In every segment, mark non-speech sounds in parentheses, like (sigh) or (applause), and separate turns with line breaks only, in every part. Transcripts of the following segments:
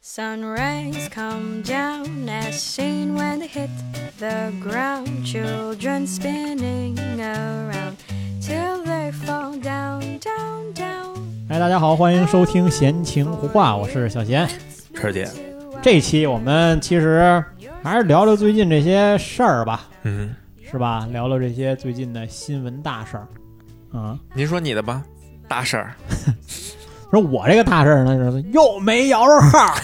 Sun rays come down as seen when they hit the ground. Children spinning around till they fall down, down, down.
哎，大家好，欢迎收听《闲情胡话》，我是小贤。
晨儿姐
这期我们其实还是聊聊最近这些事儿吧，
嗯，
是吧？聊聊这些最近的新闻大事儿。啊、
您说你的吧，大事儿。
说我这个大事儿呢，就是又没摇着号儿，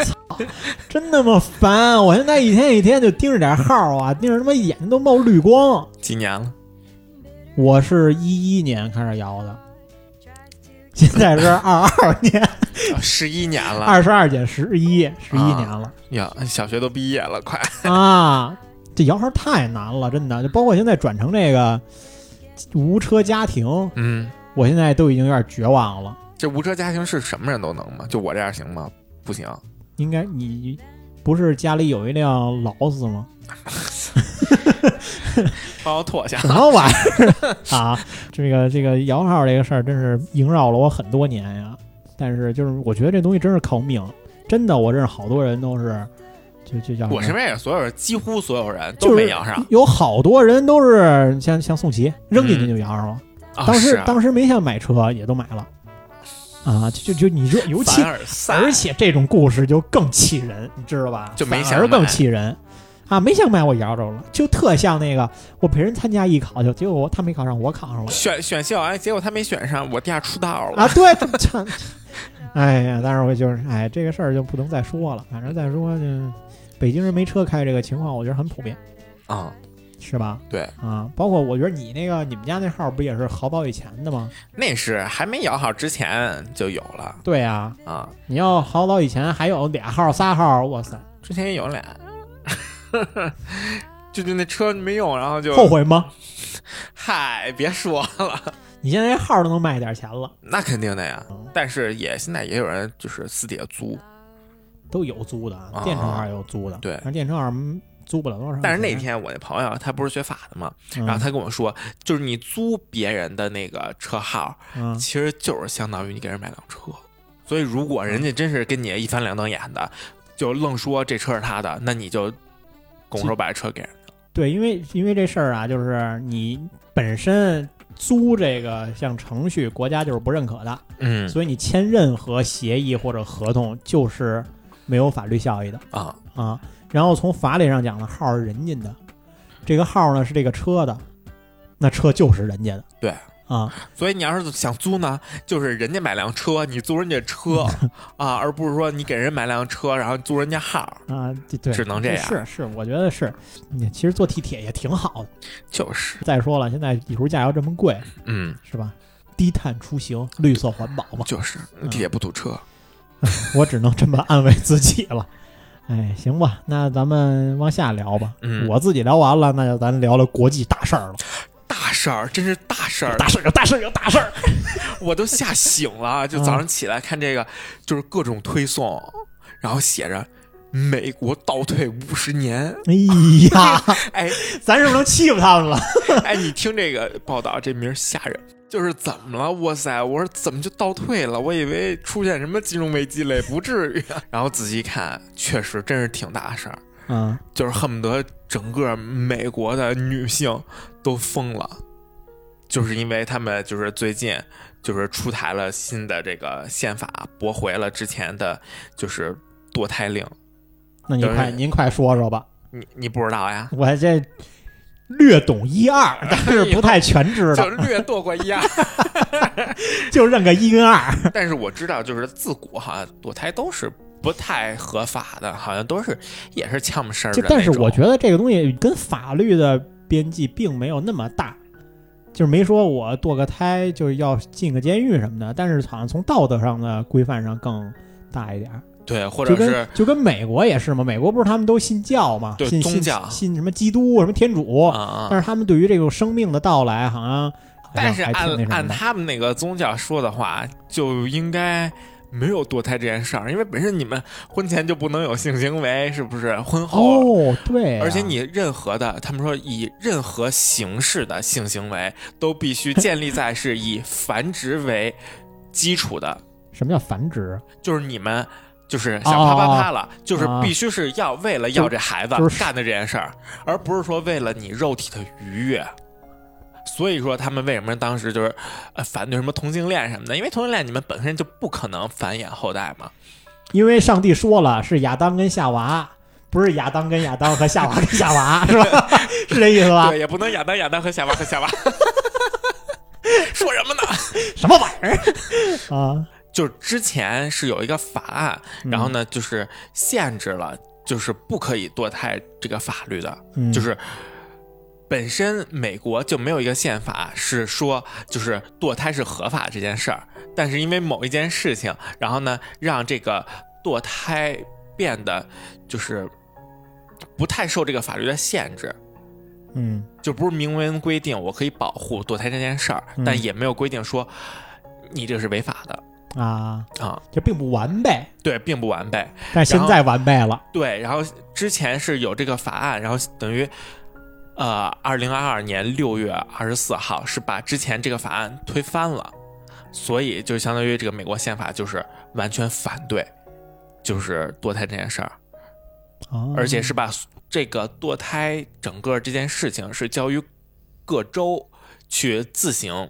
(laughs) 操，真他妈烦！啊我现在一天一天就盯着点号儿啊，盯着他妈眼睛都冒绿光。
几年了？
我是一一年开始摇的，现在是二二年，
啊十一年了
嗯二十二减十一，十一年了。
呀，小学都毕业了，快！
啊，这摇号太难了，真的。就包括现在转成这个无车家庭，
嗯，
我现在都已经有点绝望了。
这无车家庭是什么人都能吗？就我这样行吗？不行，
应该你不是家里有一辆劳斯
(laughs)
吗？
帮我妥下。
什么玩意儿啊？这个这个摇号这个事儿，真是萦绕了我很多年呀。但是就是我觉得这东西真是靠命，真的，我认识好多人都是，就就叫什么
(laughs) 我身边也所有人，几乎所有人
就
都
是
没摇上。
有好多人都是像像宋琦扔进去就摇上了。
啊
当
是
时
啊
当时没想买车，也都买了啊！就就就你这，尤其
凡尔赛，
而且这种故事就更气人，你知道吧？
就没
反
想
而更
买
气人啊！没想买我摇着了，就特像那个我陪人参加艺考去，结果我他没考上，我考上了
选选秀，哎，结果他没选上，我第二出道了。
啊！对，这 (laughs) 么像。哎呀，但是我就是哎，这个事儿就不能再说了。反正再说呢，北京人没车开这个情况，我觉得很普遍，
啊，
是吧？
对
啊，包括我觉得你那个你们家那号不也是好早以前的吗？
那是还没摇好之前就有了
对呀、
啊，
你要好早以前还有俩号、仨号，哇塞，
之前也有俩。 (laughs) 就就那车没用，然后就
后悔吗？
嗨，别说了，
你现在这号都能卖一点钱了，
那肯定的呀。
嗯
但是也现在也有人就是私底下租，
都有租的，啊
啊，
电车号也有租的，
对
但是电车号嗯租不了多少钱。
但是那天我那朋友啊他不是学法的嘛，
嗯，
然后他跟我说，就是你租别人的那个车号，
嗯
其实就是相当于你给人买辆车。所以如果人家
嗯
真是跟你一翻两瞪眼的，就愣说这车是他的，那你就拱手把这车给人。
对，因为因为这事儿啊，就是你本身租这个像程序，国家就是不认可的，
嗯
所以你签任何协议或者合同就是没有法律效益的
啊，
啊。然后从法理上讲呢，号是人家的，这个号呢是这个车的，那车就是人家的。
对
啊，
所以你要是想租呢，就是人家买辆车，你租人家车
(laughs)
啊，而不是说你给人买辆车，然后租人家号，
啊，对对，
只能这样
是是，我觉得是，你其实坐地铁也挺好的。
就是
再说了，现在旅游价要这么贵，
嗯。
是吧？低碳出行，绿色环保嘛，
就是地铁不堵车，
我只能这么安慰自己了。哎，行吧，那咱们往下聊吧。
嗯
我自己聊完了，那就咱聊聊国际大事儿了。
大事儿真是大事儿，
大事儿有大事儿有大事儿，
我都吓醒了，就早上起来看这个，就是各种推送，然后写着美国倒退五十年。
哎呀， (laughs)
哎
咱是不是能欺负他 (laughs) 们了？
哎，你听这个报道，这名儿吓人。就是怎么了？哇塞！我说怎么就倒退了？我以为出现什么金融危机嘞，不至于 (laughs) 啊。然后仔细看，确实真是挺大事儿，
嗯，
就是恨不得整个美国的女性都疯了，就是因为他们就是最近就是出台了新的这个宪法，驳回了之前的就是堕胎令。
那你快
就是
您快说说吧，
你你不知道呀？
我这略懂一二，但是不太全知道
就，略堕过一样，
(laughs)
(laughs)
就认个一跟二。
但是我知道，就是自古好像堕胎都是不太合法的，好像都是也是呛声儿
就
的
但是
那种
我觉得这个东西跟法律的边际并没有那么大，就是没说我堕个胎就要进个监狱什么的，但是好像从道德上的规范上更大一点儿。
对，或
就
者
跟
是
就跟美国也是嘛，美国不是他们都信教嘛，
对
信
宗教
信信什么基督什么天主，
啊啊、
但是他们对于这种生命的到来好像
但是
还挺
按
那什么
按
的。
他们那个宗教说的话，就应该没有堕胎这件事儿，因为本身你们婚前就不能有性行为，是不是？婚后，
哦，对啊、
而且你任何的，他们说以任何形式的性行为都必须建立在是以繁殖为基础的，
什么叫繁殖？
就是你们就是想啪啪啪了，就是
哦啊
必须是要为了要这孩子
就是
干的这件事儿，而不是说为了你肉体的愉悦。所以说，他们为什么当时就是呃反对什么同性恋什么的？因为同性恋你们本身就不可能繁衍后代嘛。
因为上帝说了是亚当跟夏娃，不是亚当跟亚当和夏娃跟夏
(laughs)
娃，是吧？是这意思吧
对，？也不能亚当亚当和夏娃 (laughs) 和夏娃。说什么呢？
什么玩意儿
(laughs)
啊？
就是之前是有一个法案，
嗯
然后呢，就是限制了，就是不可以堕胎这个法律的，
嗯
就是本身美国就没有一个宪法是说就是堕胎是合法这件事儿，但是因为某一件事情，然后呢，让这个堕胎变得就是不太受这个法律的限制，
嗯
就不是明文规定我可以保护堕胎这件事儿，
嗯
但也没有规定说你这是违法的
啊，
啊。
这并不完备，
对，并不完备。
但是现在完备了。
对，然后之前是有这个法案，然后等于，呃，二零二二年六月二十四号是把之前这个法案推翻了，所以就相当于这个美国宪法就是完全反对，就是堕胎这件事儿，
啊
而且是把这个堕胎整个这件事情是交于各州去自行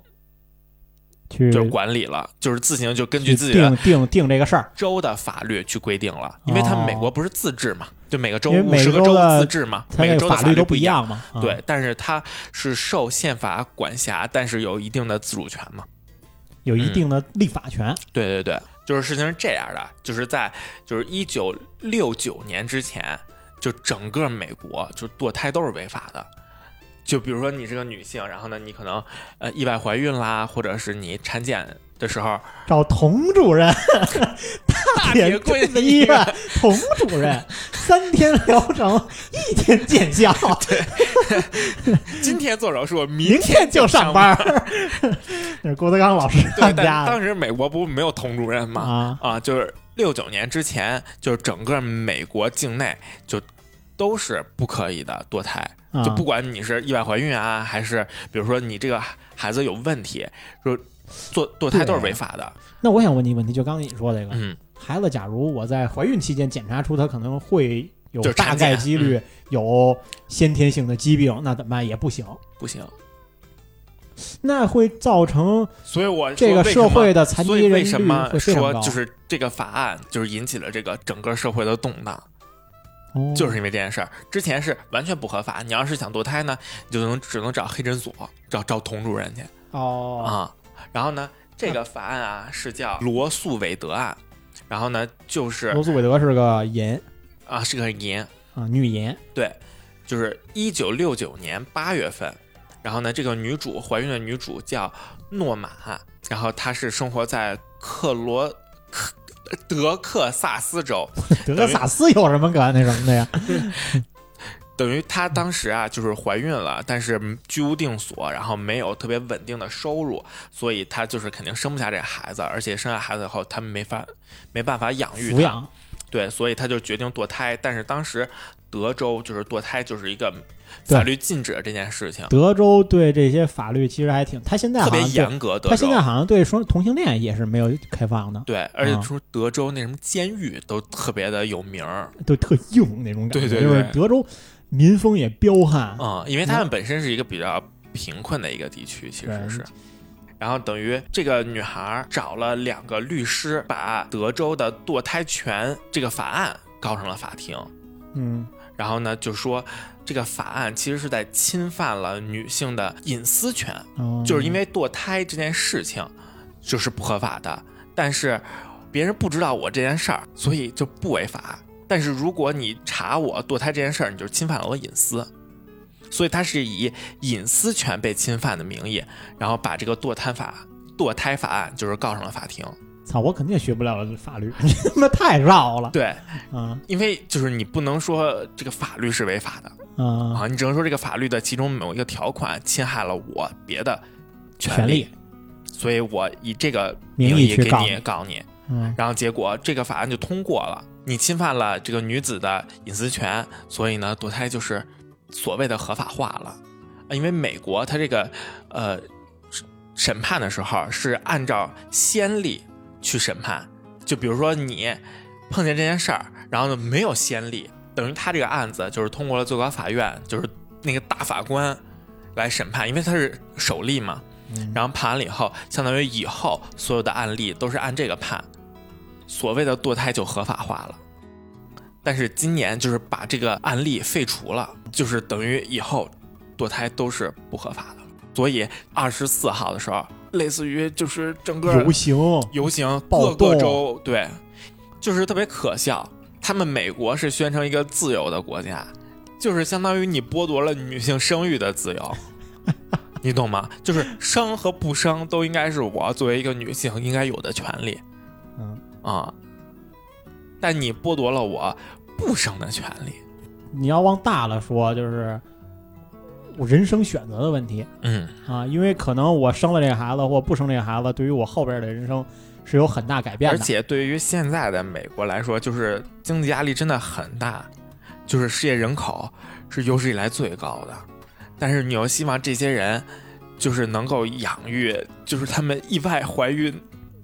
去
就是管理了，就是自行就根据
去
自己的
定定定这个事儿，
州的法律去规定了，因为他们美国不是自治嘛，就每个州
哦因为
五
每
十
个
个
州的
自治嘛，
它
每
这个
个州的
法
法
律都
不
不
一
一。样嘛。啊
对，，但是它是受宪法管辖，但是有一定的自主权嘛。
有
嗯
一定的立法权。
对对对，就是事情是这样的，就是在就是一九六九年之前，就整个美国就堕胎都是违法的。就比如说你是个女性，然后呢，你可能呃意外怀孕啦，或者是你产检的时候，
找童主任，
大
铁
铁
棍
棍
子
子
医
医
院
院，
童主任，三天疗程，一天见效，
今天做手术，
明
明
天就上
上
班儿。 (laughs) 那是郭德纲老师他
对，
们
(laughs) 但
家的
当时美国不没有童主任吗？
啊，
啊，就是六九年之前，就是整个美国境内就都是不可以的堕胎，
啊
就不管你是意外怀孕啊，还是比如说你这个孩子有问题，说做堕胎都是违法的。
那我想问你一个问题，就刚才你说这个
嗯，
孩子，假如我在怀孕期间检查出他可能会有
就是
大
产
概
检嗯
几率有先天性的疾病，那怎么办？也不行，
不行。
那会造成
所以我
这
说
个
为什么
社会的残疾
所以
人
为什
率
么
会非常
说
高。
就是这个法案就是引起了这个整个社会的动荡，
哦
就是因为这件事儿。之前是完全不合法，你要是想堕胎呢，你就能只能找黑诊所，找找童主任去。
哦，
啊、然后呢，这个法案啊是叫罗素韦德案，然后呢就是
罗素韦德是个淫
啊是个银，
啊，女
(laughs)
淫
对，就是一九六九年八月份，然后呢这个女主怀孕的女主叫诺玛，然后她是生活在克罗克德克萨斯州，
德克萨斯有什么可那什么的呀？
等于她当时啊，就是怀孕了，但是居无定所，然后没有特别稳定的收入，所以她就是肯定生不下这个孩子，而且生下孩子以后，他们没法没办法养育
抚
她
养
对，所以她就决定堕胎。但是当时德州就是堕胎就是一个法律禁止这件事情，
德州对这些法律其实还挺，他现在
特
好
别
像对，
严格。德
他现
州
在好像对双同性恋也是没有开放的，
对，而且
嗯
说德州那什么监狱都特别的有名儿，
都特硬那种感觉。
对对
就是
对
德州民风也彪悍，
嗯，因为他们本身是一个比较贫困的一个地区，其实
对
是。然后等于这个女孩儿找了两个律师，把德州的堕胎权这个法案告上了法庭。
嗯，
然后呢，就说这个法案其实是在侵犯了女性的隐私权。
哦
就是因为堕胎这件事情就是不合法的，但是别人不知道我这件事儿，所以就不违法。但是如果你查我堕胎这件事儿，你就侵犯了我隐私，所以他是以隐私权被侵犯的名义，然后把这个堕胎法堕胎法案就是告上了法庭。
操，我肯定学不了法律， (laughs) 你他妈太绕了。
对，
啊
因为就是你不能说这个法律是违法的
啊，
啊，你只能说这个法律的其中某一个条款侵害了我别的
权
权利
利，，
所以我以这个
名
名
义
义
去
给
告
你
你
告你。
嗯，
然后结果这个法案就通过了，你侵犯了这个女子的隐私权，所以呢，堕胎就是所谓的合法化了。呃因为美国它这个呃审审判的时候是按照先例去审判，就比如说你碰见这件事儿，然后呢没有先例，等于他这个案子就是通过了最高法院，就是那个大法官来审判，因为他是首例嘛。
嗯
然后判完了以后，相当于以后所有的案例都是按这个判，所谓的堕胎就合法化了。但是今年就是把这个案例废除了，就是等于以后堕胎都是不合法的了。所以二十四号的时候，类似于就是整个
游行，
游行
暴
各个
动
州，对，就是特别可笑。他们美国是宣称一个自由的国家，就是相当于你剥夺了女性生育的自由， (laughs) 你懂吗？就是生和不生都应该是我作为一个女性应该有的权利
嗯，
啊、但你剥夺了我不生的权利，
你要往大了说，就是我人生选择的问题
嗯，
啊，因为可能我生了这个孩子或不生这个孩子，对于我后边的人生是有很大改变
而
的。
且对于现在的美国来说，就是经济压力真的很大，就是失业人口是有史以来最高的。但是你又希望这些人就是能够养育，就是他们意外怀孕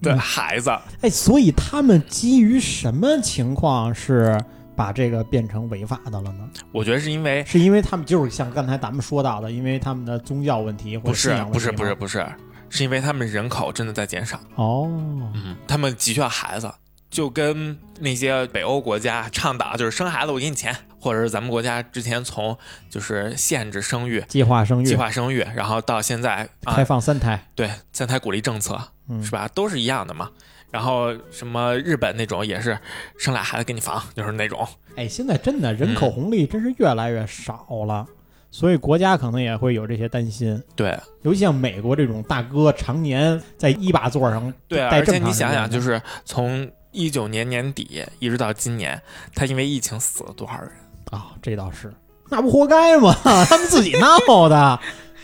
的孩子，
哎，所以他们基于什么情况是把这个变成违法的了呢？
我觉得是因为
是因为他们就是像刚才咱们说到的，因为他们的宗教问题或者
不
信啊
是
仰问
不
题
是
吗
不是不是，是因为他们人口真的在减少，
哦，
嗯，他们急需要孩子，就跟那些北欧国家倡导就是生孩子我给你钱，或者是咱们国家之前从就是限制生育
计划生育
计、划生育，然后到现在啊
开，放三胎，
对三胎鼓励政策
嗯，
是吧，都是一样的嘛。然后什么日本那种也是生俩孩子给你房，就是那种，
哎，现在真的人
嗯
口红利真是越来越少了，所以国家可能也会有这些担心。
对
尤其像美国这种大哥，常年在一把座上
对啊。
待
而且
这么
你
长时间
想
的
想，就是从一九年年底一直到今年，他因为疫情死了多少人？
啊，这倒是，那不活该吗？ (laughs) 他们自己闹的，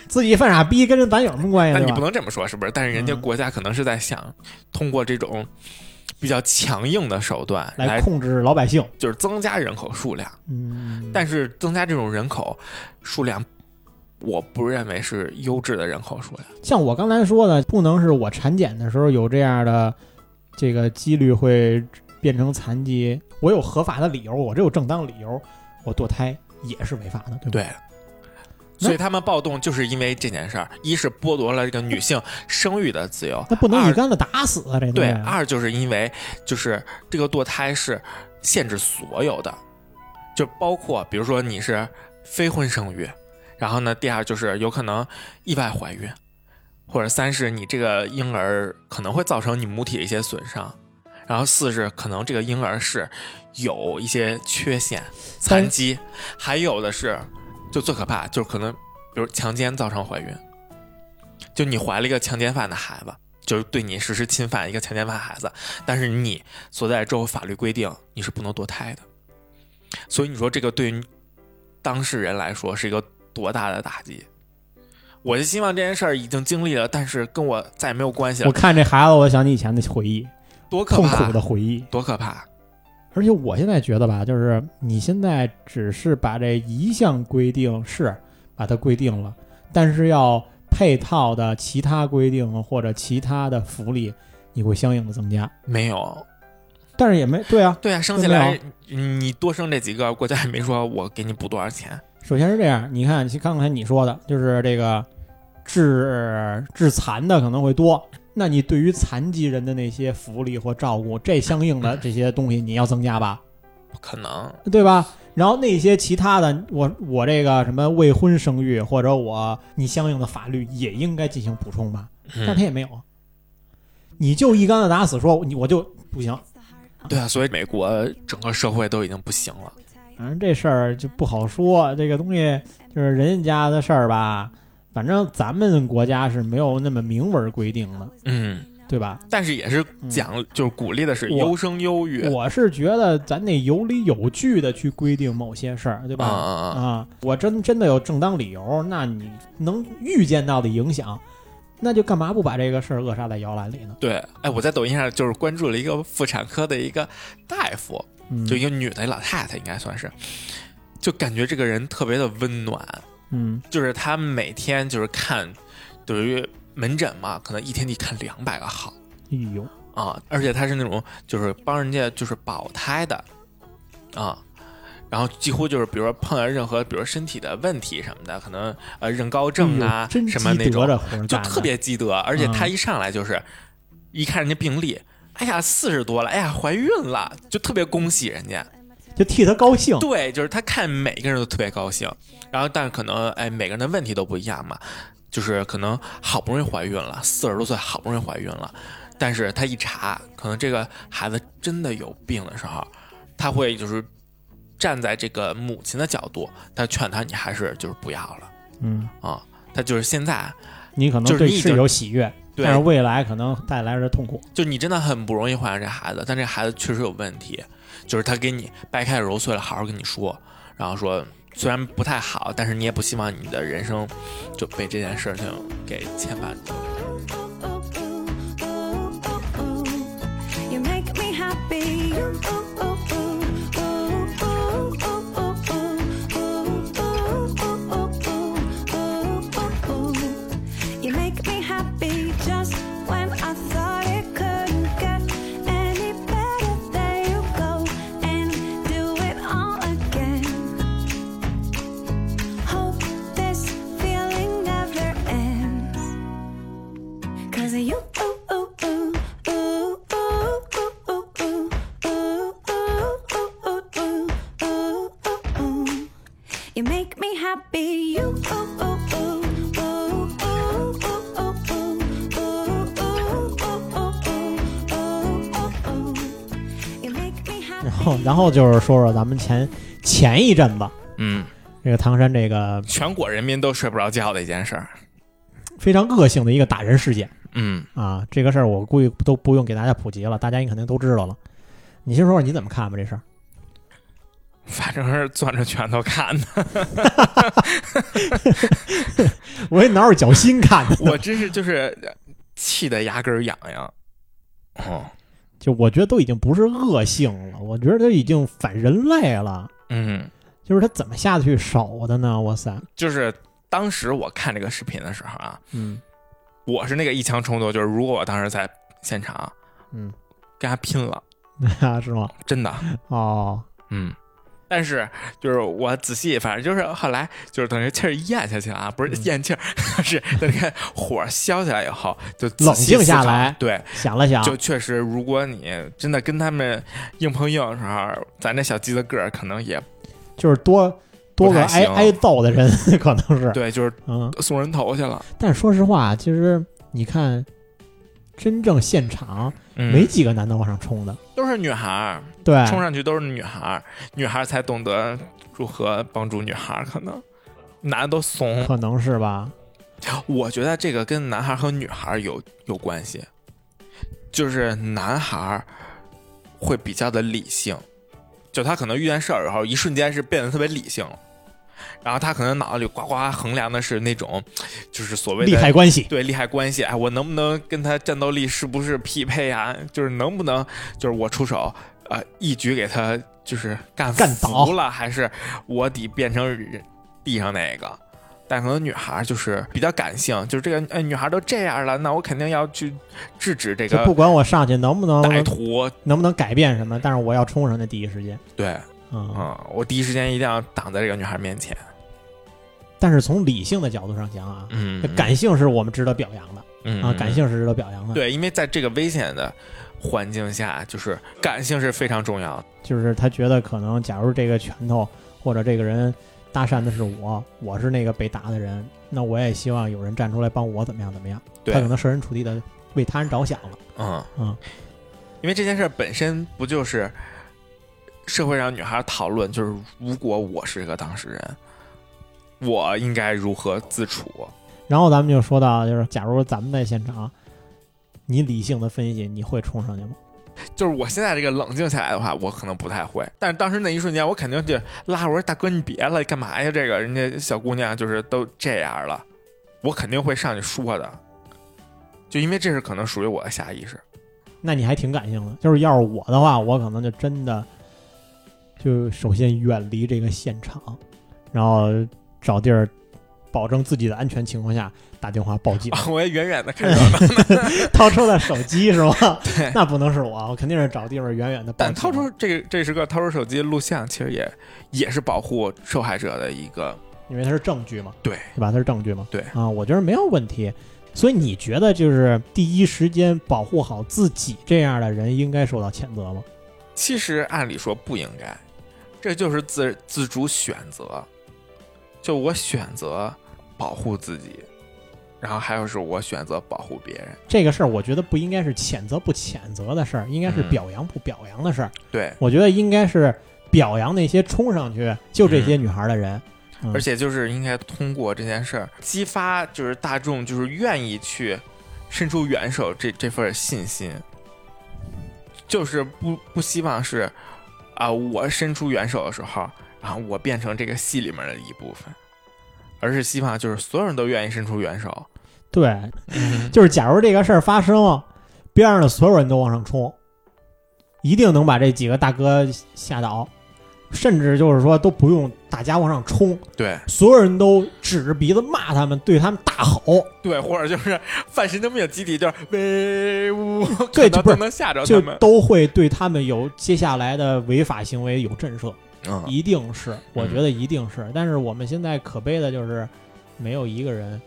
自己犯傻逼，跟咱有什么关系？
但
哎对
你不
吧？
能这么说，是不是？但是人家
嗯
国家可能是在想通过这种比较强硬的手段
来
来，
控制老百姓，
就是增加人口数量。
嗯，
但是增加这种人口数量，我不认为是优质的人口数量。
像我刚才说的，不能是我产检的时候有这样的这个几率会变成残疾，我有合法的理由，我这有正当理由，我堕胎也是违法的，对吧？
对，所以他们暴动就是因为这件事儿，一是剥夺了这个女性生育的自由，
那不能一
二
竿子打死啊，这东西
对，二就是因为就是这个堕胎是限制所有的，就包括比如说你是非婚生育，然后呢，第二就是有可能意外怀孕，或者三是你这个婴儿可能会造成你母体的一些损伤，然后四是可能这个婴儿是有一些缺陷、残疾，还有的是就最可怕就是可能比如强奸造成怀孕，就你怀了一个强奸犯的孩子。就是对你实施侵犯一个强奸犯孩子，但是你所在州法律规定你是不能堕胎的，所以你说这个对于当事人来说是一个多大的打击？我就希望这件事儿已经经历了，但是跟我再也没有关系
我
了，
看这孩子，我想起以前的回忆，
多可
痛
怕，
苦的回忆。
多可怕！
而且我现在觉得吧，就是你现在只是把这一项规定是把它规定了，但是要配套的其他规定或者其他的福利，你会相应的增加。
没有，
但是也没对啊，
对啊，生下来你多生这几个，国家也没说我给你补多少钱，
首先是这样，你看，其刚才你说的，就是这个致致残的可能会多，那你对于残疾人的那些福利或照顾，这相应的这些东西你要增加吧？
不可能。
对吧？然后那些其他的，我我这个什么未婚生育，或者我你相应的法律也应该进行补充吧，但他
嗯、
也没有啊。你就一竿子打死说，你我就不行，
对啊，所以美国整个社会都已经不行了。
反正这事儿就不好说。这个东西就是人家家的事儿吧，反正咱们国家是没有那么明文规定的，
嗯，
对吧？
但是也是讲，就是鼓励的是
嗯我
优生优育。嗯
我是觉得咱得有理有据的去规定某些事儿，对吧？
嗯嗯嗯
啊，我真真的有正当理由，那你能预见到的影响，那就干嘛不把这个事儿扼杀在摇篮里呢？
对，哎，我在抖音上就是关注了一个妇产科的一个大夫，
嗯，
就一个女的老太太，应该算是，就感觉这个人特别的温暖，
嗯，
就是她每天就是看，对于门诊嘛，可能一天得看两百个号
哎呦，
啊，而且他是那种就是帮人家就是保胎的啊，然后几乎就是比如说碰到任何比如身体的问题什么的，可能呃认高症啊
哎呦真
什么那
积德这
种，
活儿
就
干的
特别积德，而且
嗯
他一上来就是、一看人家病历，哎呀四十多了，哎呀怀孕了，就特别恭喜人家。
就替他高兴。
对，就是他看每个人都特别高兴，然后但是可能哎每个人的问题都不一样嘛，就是可能好不容易怀孕了，四十多岁好不容易怀孕了，但是他一查，可能这个孩子真的有病的时候，他会就是站在这个母亲的角度，他劝他你还是就是不要了
嗯，
啊、他就是现在
你可
就
能
是
对
你已经
是有喜悦，
对
但是未来可能带来的痛苦。
就你真的很不容易怀上这孩子，但这孩子确实有问题，就是他给你掰开揉碎了，好好跟你说，然后说虽然不太好，但是你也不希望你的人生就被这件事情给牵绊住。
You make me happy. You make me happy just when I thought it couldn't get any better. There you go and do it all again. Hope this feeling never ends. Cause of you, ooh, ooh, ooh, ooh, ooh, ooh, ooh, ooh, ooh, ooh, ooh, ooh, ooh, ooh. You make me happy, you, ooh, ooh, ooh, ooh, ooh, ooh, ooh, ooh, ooh, ooh, ooh, ooh, ooh, ooh. You make me
然后
happy.，
然后就是说说咱们前前一阵子，
嗯，
这个唐山这个
全国人民都睡不着觉的一件事儿。
非常恶性的一个打人事件
嗯，
啊，这个事儿我估计都不用给大家普及了，大家肯定都知道了。你先说说你怎么看吧这事儿？
反正是攥着拳头看的，
我也哪有脚心看的？
(laughs) 我真是就是气得牙根儿痒痒。哦，
就我觉得都已经不是恶性了，我觉得都已经反人类了。
嗯，
就是他怎么下得去手的呢？哇塞，
就是当时我看这个视频的时候啊，
嗯
我是那个一腔冲动，就是如果我当时在现场啊
嗯， (laughs)
跟他拼了，
啊是吗？
真的。
哦，
嗯，但是就是我仔细，反正就是后来就是等这气儿咽下去了啊，不是
嗯
咽气儿， (laughs) 是等这个火消下来以后，就仔细
冷静下
思考
来啊
对，
想了想，
就确实，如果你真的跟他们硬碰硬的时候，咱这小鸡子个儿可能也
就是多多个
不太
挨
行
挨揍的人 (laughs) 可能是，
对，就是
嗯。
送人头去了。
但是说实话，啊其实你看，真正现场
嗯
没几个男的往上冲的，
都是女孩儿，
对，
冲上去都是女孩儿，女孩儿才懂得如何帮助女孩儿，可能男的都怂。
可能是吧。
我觉得这个跟男孩和女孩有有关系，就是男孩会比较的理性，就他可能遇见事儿以后，一瞬间是变得特别理性了，然后他可能脑子里呱呱衡量的是那种，就是所谓的
利害关系，
对利害关系，哎，我能不能跟他战斗力是不是匹配啊？就是能不能就是我出手，呃，一局给他就是干
干倒
服了，还是我得变成人地上那个？但可能女孩就是比较感性，就是这个，哎，女孩都这样了，那我肯定要去制止这
就
个
不管我上去能不能
歹徒。
能不能改变什么，但是我要冲上去第一时间，
对，
嗯。
嗯，我第一时间一定要挡在这个女孩面前。
但是从理性的角度上讲啊，
嗯，
感性是我们值得表扬的
嗯
啊，感。性是值得表扬的。，
对，因为在这个危险的环境下，就是感性是非常重要的。
就是他觉得可能，假如这个拳头或者这个人搭讪的是我，我是那个被打的人，那我也希望有人站出来帮我怎么样怎么样。
对
他可能设身处地的为他人着想了。
嗯
嗯，
因为这件事儿本身不就是社会上女孩讨论，就是如果我是个当事人，我应该如何自处？
然后咱们就说到，就是假如咱们在现场，你理性的分析，你会冲上去吗？
就是我现在这个冷静下来的话，我可能不太会。但是当时那一瞬间，我肯定就拉着我说：“大哥，你别了，干嘛呀？这个人家小姑娘就是都这样了，我肯定会上去说的。”就因为这是可能属于我的下意识。
那你还挺感性的。就是要是我的话，我可能就真的就首先远离这个现场，然后找地儿保证自己的安全情况下打电话
(laughs)
报警， (laughs)
啊我也远远的看热闹，
掏出了手机是吗？那不能是我，我肯定是找地方远远的报
但
警。
哦掏出这这时刻掏出手机录像，其实也也是保护受害者的一个
因为它是证据嘛，
对
对吧？它是证据嘛，
对
啊，我觉得没有问题。所以你觉得就是第一时间保护好自己这样的人应该受到谴责吗？
其实按理说不应该，这就是自自主选择，就我选择保护自己，然后还有是我选择保护别人。
这个事儿，我觉得不应该是谴责不谴责的事儿，应该是
嗯
表扬不表扬的事儿。
对，
我觉得应该是表扬那些冲上去救这些女孩的人。嗯
而且就是应该通过这件事儿激发，就是大众就是愿意去伸出援手这这份信心，就是不不希望是啊，我伸出援手的时候啊，我变成这个戏里面的一部分，而是希望就是所有人都愿意伸出援手。
对，
嗯
就是假如这个事儿发生，边上的所有人都往上冲，一定能把这几个大哥吓倒，甚至就是说都不用大家往上冲，
对
所有人都指着鼻子骂他们，对他们大吼，
对，或者就是犯神经病集体就是威武，
对
可能
不
都
是
能吓着呃他
就
们。
都会对他们有接下来的违法行为有震慑。
嗯，
一定是，我觉得一定是。但是我们现在可悲的就是，没有一个人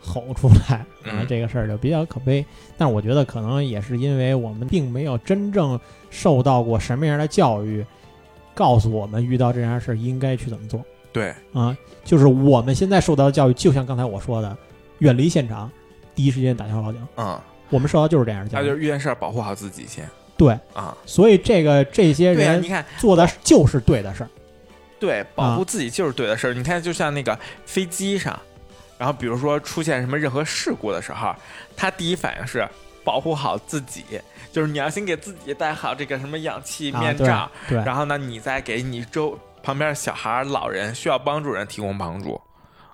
吼出来，啊，
嗯
这个事儿就比较可悲。但我觉得可能也是因为我们并没有真正受到过什么样的教育，告诉我们遇到这样的事儿应该去怎么做
对，
啊。就是我们现在受到的教育，就像刚才我说的，远离现场，第一时间打电话报警。
嗯，
我们受到就是这样的
那
教
就是
育，
遇见事儿保护好自己先
对，
啊。
所以这个这些
对呀，
人
你看，
做的就是对的事儿。
对，
啊
保护自己就是对的事儿。你看，就像那个飞机上，然后比如说出现什么任何事故的时候，他第一反应是保护好自己，就是你要先给自己戴好这个什么氧气
啊
面
对
罩，
对，
然后呢，你再给你周旁边小孩儿、老人需要帮助人提供帮助，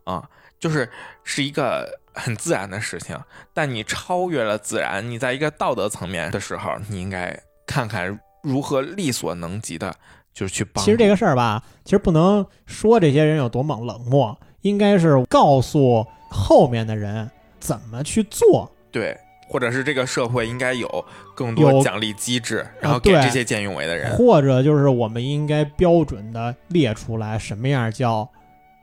啊，就是是一个很自然的事情。但你超越了自然，你在一个道德层面的时候，你应该看看如何力所能及的，就是去帮助。
其实这个事儿吧，其实不能说这些人有多么冷漠，应该是告诉后面的人怎么去做。
对，或者是这个社会应该有更
有啊
多奖励机制，然后给
对
这些见义勇为的人。
或者就是我们应该标准的列出来什么样叫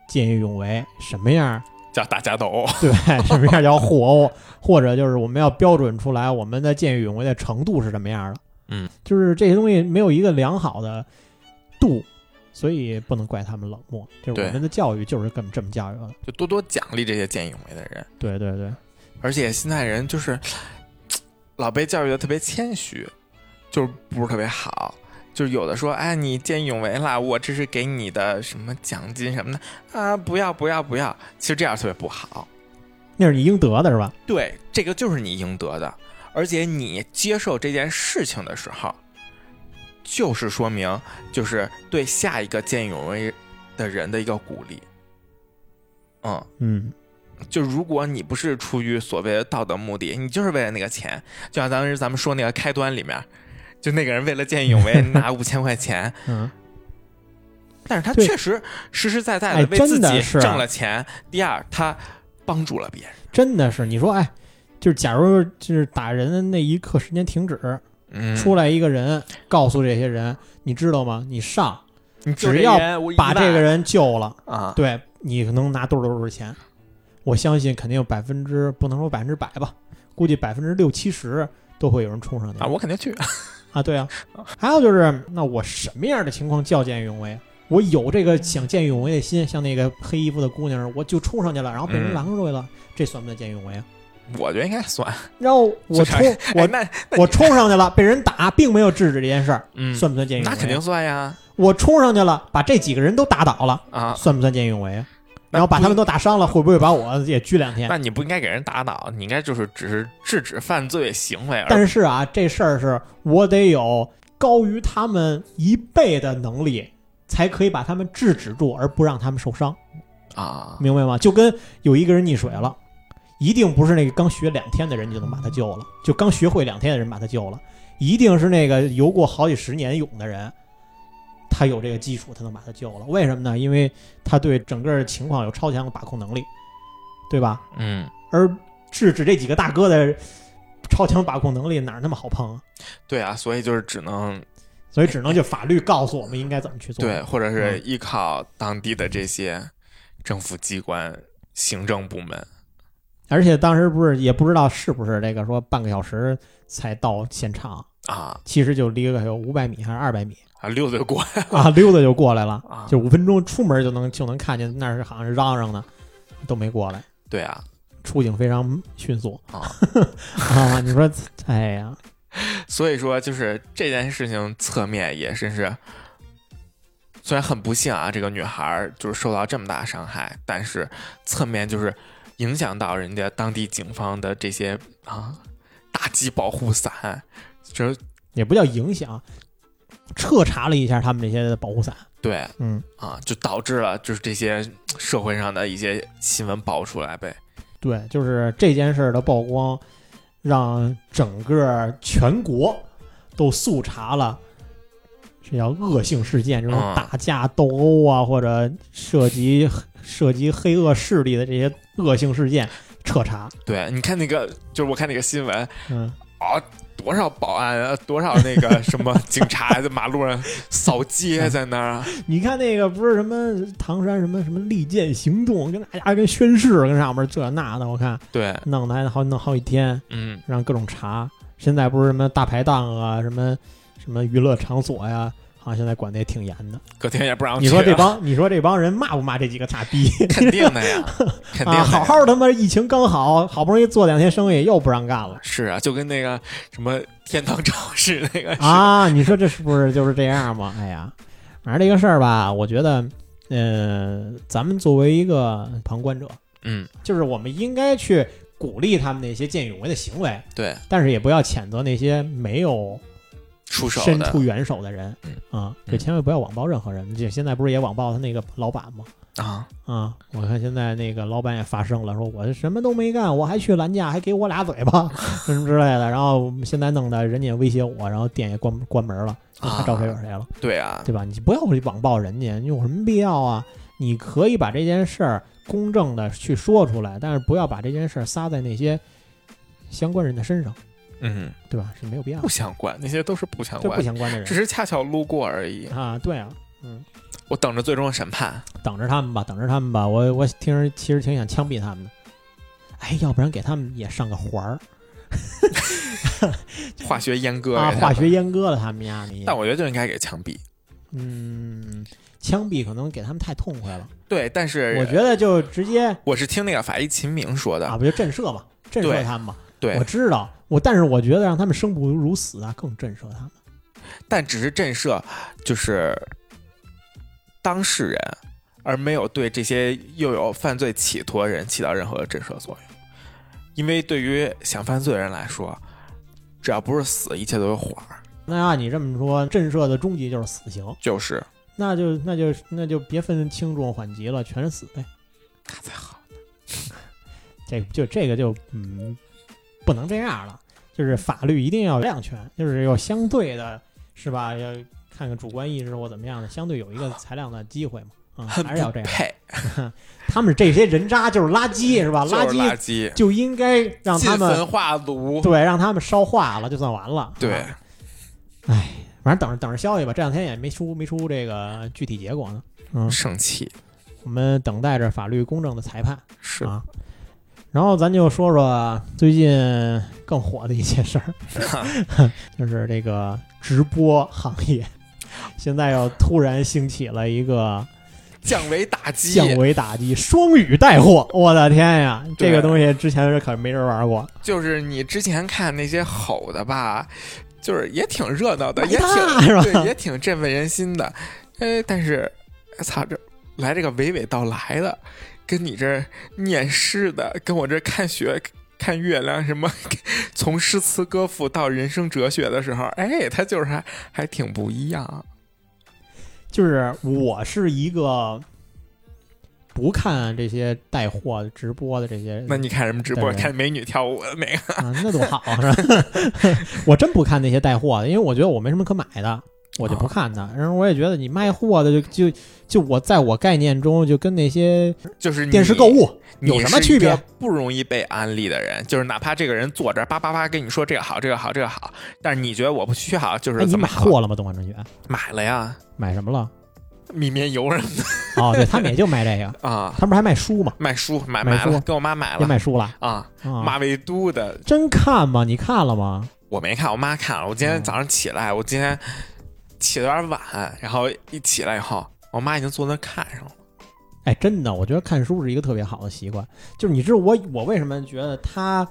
见义勇为，什么样
叫大家斗， (laughs)
对，什么样叫互殴，或者就是我们要标准出来我们的见义勇为的程度是什么样的。
嗯，
就是这些东西没有一个良好的度，所以不能怪他们冷漠。就是我
对
们的教育就是这么这么教育的。
就多多奖励这些见义勇为的人。
对对对，
而且现在人就是老被教育的特别谦虚，就是不是特别好。就是有的说，哎，你见义勇为啦，我这是给你的什么奖金什么的啊，不要不要不要。其实这样特别不好。
那是你应得的是吧？
对，这个就是你应得的，而且你接受这件事情的时候，就是说明，就是对下一个见义勇为的人的一个鼓励。嗯，
嗯，
就如果你不是出于所谓的道德目的，你就是为了那个钱，就像当时咱们说那个开端里面，就那个人为了见义勇
(laughs)
为拿五千块钱，
嗯，
但是他
对
确实实实在在
哎
的为自
真的
己
是
挣了钱。第二，他帮助了别人。
真的是，你说哎，就是假如就是打人的那一刻时间停止，
嗯，
出来一个人来告诉这些人，你知道吗？你上
你救
只要
这人我一
把这
万
个人救了，
啊，
对你能拿多少多少钱？我相信肯定有百分之不能说百分之百吧，估计百分之六七十都会有人冲上去
啊，我肯定去。 (laughs)
啊，对啊，还有就是，那我什么样的情况叫见义勇为？啊我有这个想见义勇为的心，像那个黑衣服的姑娘，我就冲上去了，然后被人
嗯
拦出来了，这算不算见义勇为啊？
我觉得应该算。
然后我
最
冲
少也哎
我
那
我冲上去了，被人打，并没有制止这件事儿，
嗯，
算不算见义勇
那
为？啊
肯定。算呀
我冲上去了，把这几个人都打倒了，
啊。
算不算见义勇为啊？
那
然后把
不
他们都打伤了，会不会把我也拘两天？
那你不应该给人打倒，你应该就是只是制止犯罪行为，而
但是啊，这事儿是我得有高于他们一倍的能力，才可以把他们制止住，而不让他们受伤，
啊，
明白吗？就跟有一个人溺水了，一定不是那个刚学两天的人就能把他救了，就刚学会两天的人把他救了，一定是那个游过好几十年泳的人。他有这个基础，他能把他救了。为什么呢？因为他对整个情况有超强的把控能力。对吧？
嗯，
而制止这几个大哥的超强把控能力哪儿那么好碰啊？
对啊，所以就是只能
所以只能就法律告诉我们应该怎么去做。
对，或者
嗯
是依靠当地的这些政府机关、行政部门。
而且当时不是也不知道是不是这个说半个小时才到现场，
啊
其实就离个有五百米还是二百米
啊，溜达过来
啊， (laughs) 溜达就过来了，
啊，
就五分钟出门就能就能看见那儿好像是嚷嚷呢，都没过来，
对啊，
出警非常迅速
啊
(laughs) 啊！你说，哎呀，
所以说就是这件事情侧面也真是，虽然很不幸啊，这个女孩儿就是受到这么大伤害，但是侧面就是影响到人家当地警方的这些啊打击保护伞，这
也不叫影响，彻查了一下他们这些保护伞，
对
嗯，
啊，就导致了就是这些社会上的一些新闻爆出来呗。
对，就是这件事儿的曝光，让整个全国都速查了。这叫恶性事件，这种
嗯
打架斗殴啊，或者涉及涉及黑恶势力的这些恶性事件彻查。
对，你看那个，就是我看那个新闻，
嗯，
啊，多少保安啊，多少那个什么 (laughs) 警察在马路上扫街，在那儿啊
你看那个不是什么唐山什么什么利剑行动，跟大家跟宣誓跟上面这那的，我看
对，
弄的还好弄好几天。
嗯，
让各种查。现在不是什么大排档啊，什么什么娱乐场所呀、好像现在管的也挺严的。
隔天也不让
你说
去
这
了
帮，你说这帮人骂不骂这几个傻逼
肯定的呀，肯定的呀
(laughs) 啊？好好他妈疫情刚好，好不容易做两天生意又不让干了
是啊，就跟那个什么天堂超市那个是
啊！你说这是不是就是这样吗？哎呀，反正这个事儿吧，我觉得，呃，咱们作为一个旁观者，
(laughs) 嗯，
就是我们应该去鼓励他们那些见义勇为的行为，
对，
但是也不要谴责那些没有
出手
伸
的
出援手的人啊，
嗯
就千万不要网暴任何人。这现在不是也网暴他那个老板吗？
啊，
啊，我看现在那个老板也发声了，说我什么都没干，我还去拦架，还给我俩嘴
(laughs)
巴什么之类的。然后现在弄得人家也威胁我，然后店也关关门了，
啊
他招谁惹谁了，
对啊，
对吧？你不要去网暴人家，你有什么必要啊？你可以把这件事儿公正的去说出来，但是不要把这件事儿撒在那些相关人的身上，
嗯，
对吧？是没有必要
不，相关，那些都是不相
这不
关，
相关的
只
人
是恰巧路过而已。
啊，对啊，
我等着最终的审判，
等着他们吧，等着他们吧。我我听着其实挺想枪毙他们的，哎，要不然给他们也上个环儿
化学阉割
啊，
给他
化
们
学。阉割了他们呀，你
但我觉得就应该给枪毙。
嗯，枪毙可能给他们太痛快了，
对，但是
我觉得就直接
我是听那个法医秦明说的，
啊，不就震慑嘛，震
对
慑他们嘛。
对
我，知道，我但是我觉得让他们生不如死啊，更震慑他们。
但只是震慑就是当事人，而没有对这些又有犯罪企图的人起到任何震慑作用。因为对于想犯罪的人来说，只要不是死，一切都有缓儿。
那按你这么说，震慑的终极就是死刑，
就是
那就那就那就别分轻重缓急了，全是死呗。
那才好。
(laughs) 这就这个就嗯，不能这样了。就是法律一定要量权，就是有相对的，是吧？要看看主观意识或怎么样的，相对有一
啊
个裁量的机会嘛。
(laughs)
啊、
很
还是要这
不
样。
配，
他们这些人渣就是垃圾，是吧？
就是垃
圾
圾，
就应该让
进
他们
焚化炉。
对，让他们烧化了就算完了。
对
啊，哎，反正等着等着消息吧。这两天也没出没出这个具体结果呢。嗯，
生气
我们等待着法律公正的裁判。
是
啊。然后咱就说说最近更火的一些事儿， (laughs) 嗯就是这个直播行业， (laughs) 现在又突然兴起了一个
(laughs) 降维打击，
降维打击，双语带货。我的天呀，
对
这个东西之前可没人玩过，
就是你之前看那些吼的吧，就是也挺热闹
(laughs)
的，
买
也挺
大是吧
对，也挺振奋人心的。哎，但是，操，这来这个娓娓道来的，跟你这儿念诗的，跟我这儿看雪、看月亮什么， (laughs) 从诗词歌赋到人生哲学的时候，哎，他就是还还挺不一样。
就是我是一个不看这些带货直播的这些，
那你看什么直播？
对
看美女跳舞的那个
嗯 (laughs) 啊，那多好是吧？我真不看那些带货的，因为我觉得我没什么可买的。我就不
哦
看它。然后我也觉得你卖货的就就就我在我概念中就跟那些
就是你
电视购
嗯
物哎有什么区？
你是一
别
个？不容易被安利的人，就是哪怕这个人坐这儿叭叭叭跟你说这个好，这个好，这个好，但是你觉得我不需要，就
哎，
是
你
怎么
买
好
货了吗？东方甄选
买了呀，
买什么了？
米面油什么
哦，对他们也就卖这个，
的啊，
他们不是还卖书吗？
卖书买
买
买了，
书
跟我妈 (laughs) 买
也
了
卖书
(laughs)
了
啊，
啊？
马未都的
真看吗？你看了吗？
我没看，我妈看了。我今天
哦
早上起来，我今天起的有点晚，然后一起来以后，我妈已经坐那看上了。
哎，真的，我觉得看书是一个特别好的习惯。就是你知道我我为什么觉得它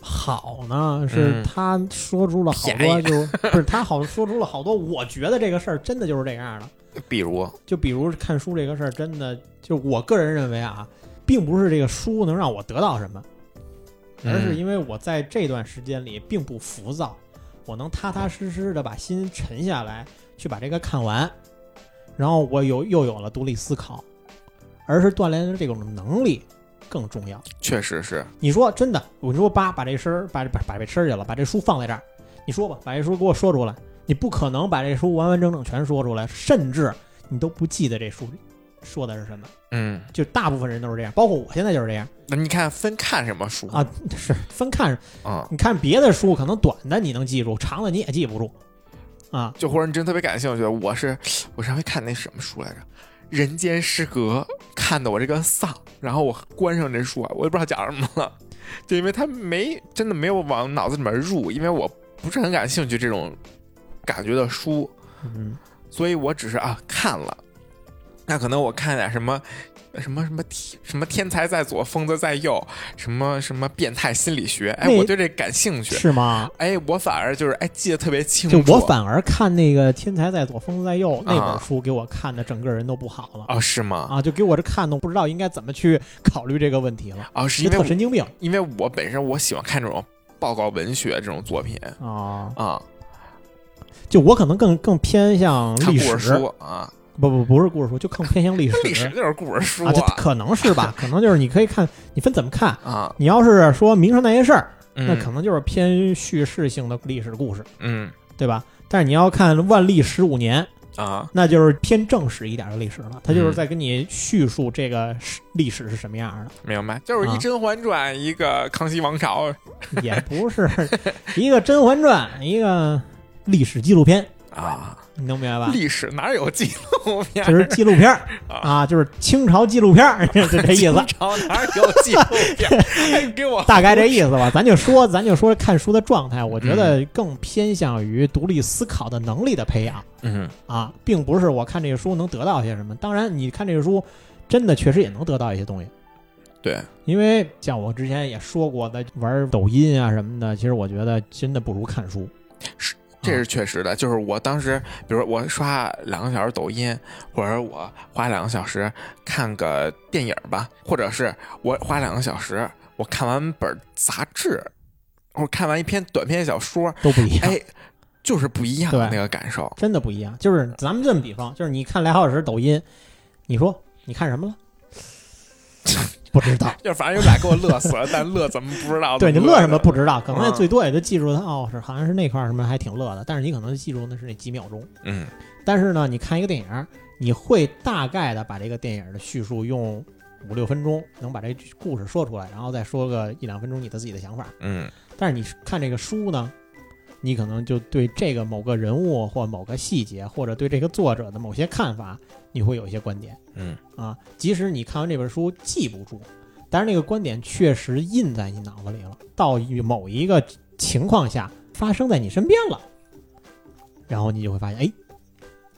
好呢？是
嗯
他说出了好
便
多
宜
就，
(laughs)
不是他好说出了好多，我觉得这个事儿真的就是这样的。
比如，
就比如看书这个事儿，真的就我个人认为啊，并不是这个书能让我得到什么，而是
嗯
因为我在这段时间里并不浮躁，我能踏踏实实的把心沉下来，去把这个看完，然后我有又有了独立思考，而是锻炼的这种能力更重要。
确实是，
你说真的，我说叭，把这身儿把把把这身儿去了，把这书放在这儿，你说吧，把这书给我说出来，你不可能把这书完完整整全说出来，甚至你都不记得这书说的是什么。
嗯，
就大部分人都是这样，包括我现在就是这样 (laughs)
那你看分看什么书
啊。是分看，
嗯
你看别的书可能短的你能记住，长的你也记不住啊。
就或者你真特别感兴趣，我是我上回看那什么书来着，《人间失格》，看的我这个丧，然后我关上这书啊，我也不知道讲什么了，就因为它没真的没有往脑子里面入，因为我不是很感兴趣这种感觉的书，
嗯，
所以我只是啊看了，那可能我看点什么。什么什么天什么天才在左，疯子在右，什么什么变态心理学，哎，
那
我对这感兴趣，
是吗？
哎，我反而就是哎记得特别清
就
楚。
我反而看那个《天才在左，疯子在右》那
啊
本书，给我看的整个人都不好了
哦是吗？
啊，就给我这看的不知道应该怎么去考虑这个问题了，
哦是
就
因为
特
我
神经病
因为我本身我喜欢看这种报告文学这种作品
啊。
啊，
就我可能更更偏向
看
历
故事
史，
书啊，
不不不是故事书，就更偏向历史。
(laughs) 历史就是故事书
啊，这可能是吧？可能就是你可以看，你分怎么看。
啊，
你要是说明朝那些事儿，
嗯
那可能就是偏叙事性的历史故事，
嗯
对吧？但是你要看《万历十五年》，
啊，
那就是偏正史一点的历史了，它就是
嗯
在跟你叙述这个史历史是什么样
明白，就是一
啊
《甄嬛传》，一个《康熙王朝》
的， (laughs) 也不是一个《甄嬛传》，一个历史纪录片，
啊，
你能明白吧？
历史哪有纪录片儿？ (laughs)
就是纪录片儿
啊
啊，就是清朝纪录片儿， (laughs) 就这意思
(laughs) 清。朝哪有纪录片
(laughs)
儿？哎给我
大概这意思吧。咱就说，咱就说看书的状态，我觉得
嗯
更偏向于独立思考的能力的培养
嗯
啊，并不是我看这个书能得到些什么。当然，你看这个书，真的确实也能得到一些东西。
对，
因为像我之前也说过的，玩抖音啊什么的，其实我觉得真的不如看书。
这是确实的，就是我当时，比如我刷两个小时抖音，或者我花两个小时看个电影吧，或者是我花两个小时我看完本杂志，或看完一篇短篇小说，
都不
(laughs)
一样， (laughs)
哎，就是不一样
对
那个感受。
真的不一样。就是咱们这么比方，就是你看俩小时抖音，你说你看什么
(laughs)
了？不知道。
(laughs) 就反正有俩给我乐死了，但乐怎么不知道？
对你
怎乐
乐什么
的
不知道，可能也
嗯
最多也就记住它哦，是好像是那块儿什么还挺乐的，但是你可能记住那是那几秒钟。
嗯，
但是呢，你看一个电影，你会大概的把这个电影的叙述用五六分钟能把这故事说出来，然后再说个一两分钟你的自己的想法。
嗯
但是你看这个书呢，你可能就对这个某个人物或某个细节，或者对这个作者的某些看法，你会有一些观点。
嗯
啊，即使你看完这本书记不住，但是那个观点确实印在你脑子里了，到某一个情况下发生在你身边了，然后你就会发现，哎，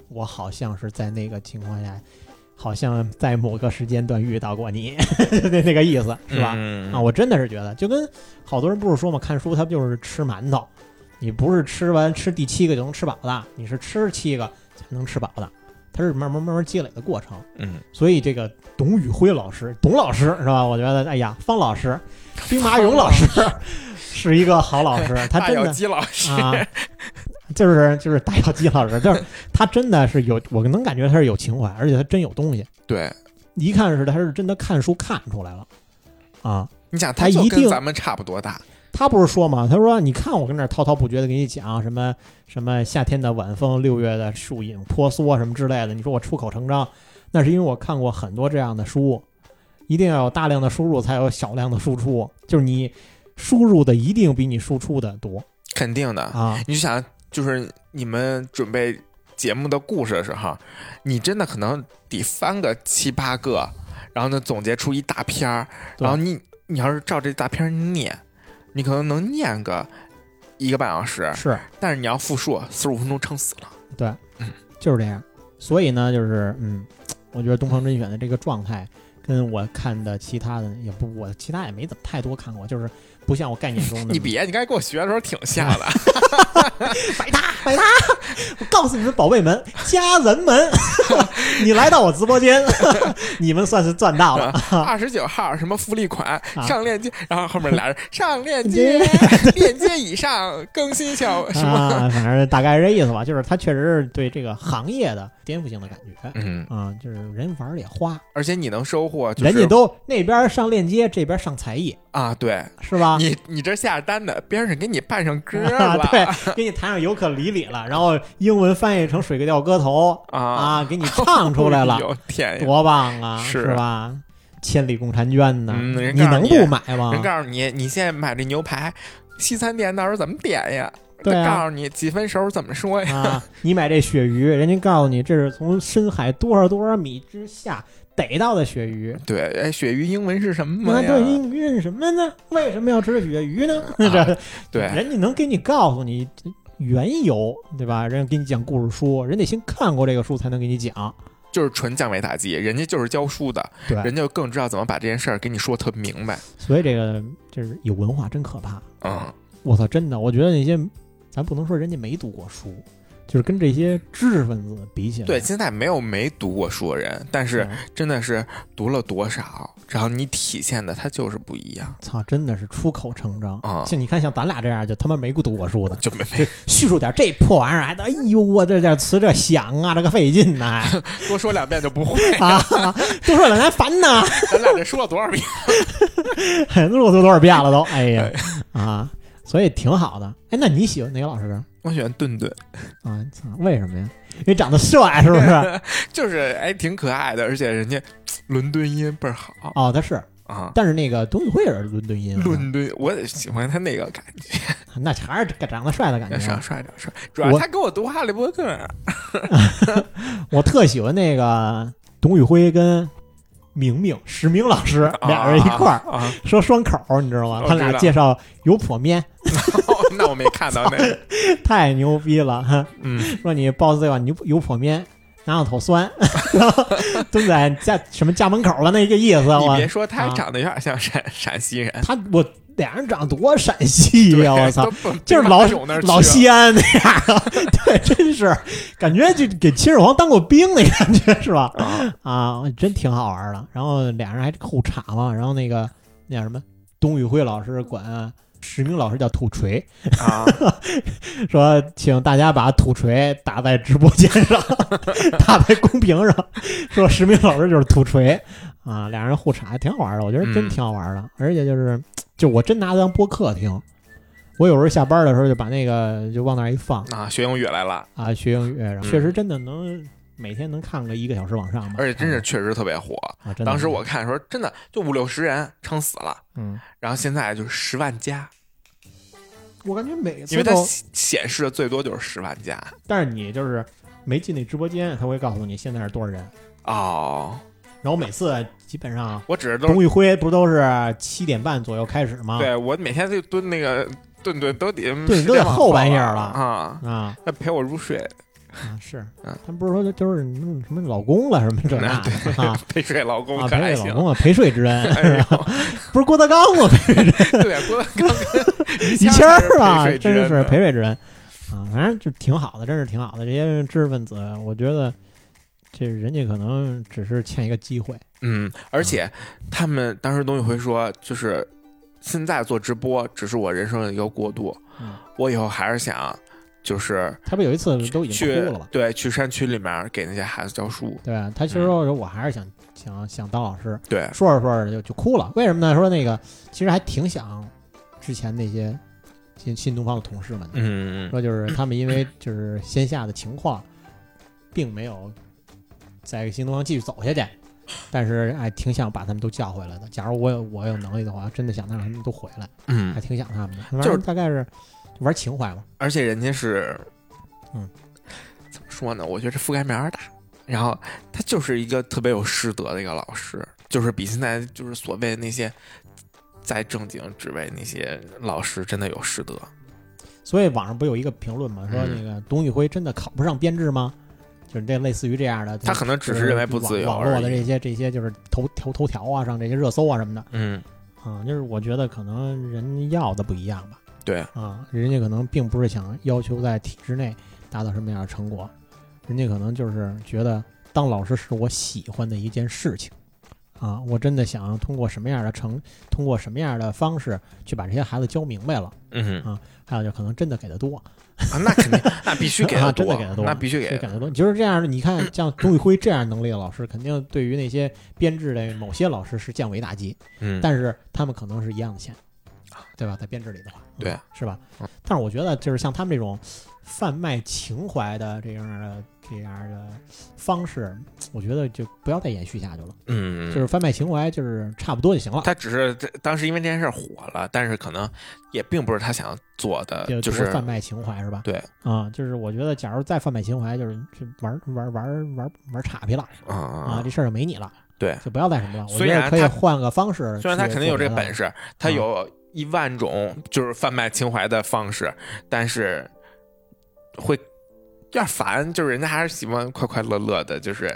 我好像是在那个情况下，好像在某个时间段遇到过你， (laughs) 那那个意思是吧？
嗯
啊，我真的是觉得，就跟好多人不是说嘛，看书他就是吃馒头，你不是吃完吃第七个就能吃饱的，你是吃七个才能吃饱的，它是慢慢慢慢积累的过程。
嗯，
所以这个董宇辉老师，董老师是吧？我觉得，哎呀，方老师、兵马俑老师是一个好老师，他
大
真
小
的
鸡老师，
啊，就是就是大小鸡老师，就是他真的是有，我能感觉他是有情怀，而且他真有东西，
对，
一看是他是真的看书看出来了啊。
你想
他
就
一
跟
定
咱们差不多大，
他不是说嘛，他说你看我跟这儿滔滔不绝的给你讲什么什么夏天的晚风，六月的树影婆娑什么之类的，你说我出口成章，那是因为我看过很多这样的书，一定要有大量的输入才有少量的输出，就是你输入的一定比你输出的多
肯定的。
啊。
你就想，就是你们准备节目的故事的时候，你真的可能得翻个七八个，然后呢总结出一大篇儿，
对
然后你你要是照这大篇儿念，你可能能念个一个半小时，
啊是，
但是你要复述四十五分钟撑死了。
对，就是这样。所以呢，就是嗯，我觉得东方甄选的这个状态，跟我看的其他的也不，我其他也没怎么太多看过，就是不像我概念中的 (laughs)
你别，你刚才跟我学的时候挺像的，
摆他摆他！ (laughs) 我告诉你们，宝贝们、家人
(laughs)
们，你来到我直播间， (laughs) 你们算是赚到
(laughs)
了。
二十九号什么福利款
啊
上链接，然后后面俩
(laughs)
人上链接，链接以上更新
(laughs)
小什么？
啊，反正大概是这意思吧，就是他确实是对这个行业的颠覆性的感觉
嗯，
啊，就是人玩儿也花，
而且你能收获，就
人家
是
都那边上链接，这边上才艺，
啊，对，
是吧？ (laughs)
你你这下单的边上给你伴上歌
啊
了，
对，给你弹上尤克里里了，然后英文翻译成水个调歌头
啊，
啊，给你唱出
(laughs)
来了
哎，呦天呀！
多棒啊，
是
是吧？千里共婵娟呢，
嗯人
你
告诉
能
你
不买吗？
人告诉你，你现在买这牛排，西餐店到时候怎么点呀？
对啊
他告诉你几分熟怎么说呀？
啊，你买这鳕鱼，人家告诉你这是从深海多少多少米之下逮到的鳕鱼。
对，哎，鳕鱼英文是什么
那
呀？
嗯啊
啊
对英语是什么呢？为什么要吃鳕鱼
(laughs)
呢？这
对
人家能给你告诉你缘由，对吧？人家给你讲故事书，人得先看过这个书才能给你讲。
就是纯降维打击，人家就是教书的，
对，
人家就更知道怎么把这件事儿给你说特明白。
所以这个就是有文化真可怕。
嗯，
我操，真的，我觉得那些咱不能说人家没读过书，就是跟这些知识分子比起来，
对，现在没有没读过书的人，但是
嗯
真的是读了多少，然后你体现的它就是不一样，
操，真的是出口成章
啊
像你看，像咱俩这样就他妈没读过书的， (laughs)
就没没
这叙述点这破玩意儿，还得哎呦，我这点词这想啊，这个费劲
(laughs)
呐、
多说两遍就不会。
啊，多说两还烦 (laughs) 呢，
咱俩这说了多少遍？
录都多少遍了都，哎呀啊，所以挺好的。哎，那你喜欢哪个老师
我喜欢顿顿，
啊？操，为什么呀？因为长得帅是不是？
就是哎挺可爱的，而且人家伦敦音倍儿好
哦，他是，
啊。
但是那个董宇辉也是伦敦音，啊
伦敦，我也喜欢他那个感觉，
那还是长得帅的感觉
帅。帅点帅，主要
嗯我
他给我读《哈
(laughs)
利波特》，
我特喜欢那个董宇辉跟明明史明老师俩人一块儿。
啊。 (laughs) 啊
说双口儿，你知道吗？
我
他
哦知
俩
道
介绍油泼面， (laughs)
哦那我没看到那个，
太牛逼了！ (laughs) 哈
嗯，
说你 boss 这碗油油泼面，拿上头酸， (laughs) 然后蹲在家什么家门口了那个意思。
你
我
别说，他
啊
长得有点像陕陕西人，
他我俩人长多陕西呀！
对
我操
都，不
就是
别
老
往那种那儿去
老
了
西安那样儿， (laughs) 对，真是感觉就给秦始皇当过兵那感觉是吧？
啊
啊，真挺好玩儿的。然后俩人还互查嘛，然后那个那叫什么，董宇辉老师管石明老师叫土锤。
啊， (laughs)
说请大家把土锤打在直播间
(laughs)
上，打在公屏上。说石明老师就是土锤啊，俩人互查挺好玩的，我觉得真
嗯
挺好玩的。而且就是，就我真拿它当播客听。我有时候下班的时候就把那个就往那儿一放
啊，学英语来了，
啊，学英语，
嗯
然后确实真的能每天能看个一个小时往上吧。
而且真是确实特别火。
啊，真的
当时我看的时候，真的就五六十人撑死了，
嗯，
然后现在就是十万加，
我感觉每
因
次
为它
都，
显示的最多就是十万加
但是你就是没进那直播间，他会告诉你现在是多少人。
哦。
然后每次啊基本上
我只是都
董宇辉不都是七点半左右开始吗？
对我每天就蹲那个蹲蹲都得
对
十点
都得
往
后半夜了
啊，
啊
那陪我入睡，
啊是，
嗯
他们不是说就是嗯什么老公了什么这那的
(laughs)
啊
陪睡老公
啊
可
陪
还
睡
行
老。公啊陪睡之恩，
哎呦，
(laughs) 不是郭德纲
(laughs)
吗？陪
对， (laughs) 郭德纲跟
于谦儿啊，
陪睡之
真
恩
是
的
陪睡之恩啊，反正就挺好的，真是挺好的。这些知识分子，我觉得这人家可能只是欠一个机会，
嗯，而且他们当时董宇辉说，就是现在做直播只是我人生的一个过渡，
嗯
我以后还是想就是
他不有一次都已经
去
哭了吧？
对去山区里面给那些孩子教书，
对啊吧？他其实
嗯
说我还是想想想当老师，
对
说着说着就就哭了，为什么呢？说那个其实还挺想之前那些新新东方的同事们的，
嗯，
说就是他们因为就是线下的情况，并没有在新东方继续走下去，但是哎，挺想把他们都叫回来的。假如我有我有能力的话，真的想让他们都回来，
嗯
还挺想他们的。
就是
玩大概是玩情怀嘛，
而且人家是，
嗯，
怎么说呢？我觉得这覆盖面儿大，然后他就是一个特别有师德的一个老师，就是比现在就是所谓那些在正经职位那些老师真的有师德。
嗯所以网上不有一个评论嘛，说
嗯
那个董宇辉真的考不上编制吗？就是这类似于这样的，
他可能只是认为不自由
网网
而
络的
已。啊
这些这些就是头头头条啊，上这些热搜啊什么的
嗯，
啊、就是我觉得可能人要的不一样吧
对，
啊、人家可能并不是想要求在体制内达到什么样的成果，人家可能就是觉得当老师是我喜欢的一件事情啊，我真的想通过什么样的成，通过什么样的方式去把这些孩子教明白了，
嗯，
还有就可能真的给的多，
啊，那
(laughs)
肯定，那必须给
啊
的
真
多，
的给的多
那必须给
就
的
感觉多，就是这样。你看，像董宇辉这样能力的老师，肯定对于那些编制的某些老师是降维打击，
嗯，啊
但是他们可能是一样的钱，对吧？在编制里的话，嗯
对，
是吧
嗯？
但是我觉得，就是像他们这种贩卖情怀的这样的这样的方式，我觉得就不要再延续下去了。
嗯，
就是贩卖情怀，就是差不多就行了。
他只是这当时因为这件事儿火了，但是可能也并不是他想做的，就
就是贩卖情怀是吧？
对
啊、就是我觉得，假如再贩卖情怀，就是就玩玩玩玩玩岔劈了。
啊
啊，
啊
这事儿就没你了，
对
就不要再什么了。我
虽
觉得
然
可以
他
换个方式去做别的了，
虽然他肯定有这个
啊
本事，他有一万种就是贩卖情怀的方式，但是会有点烦，就是人家还是喜欢快快乐乐的，就是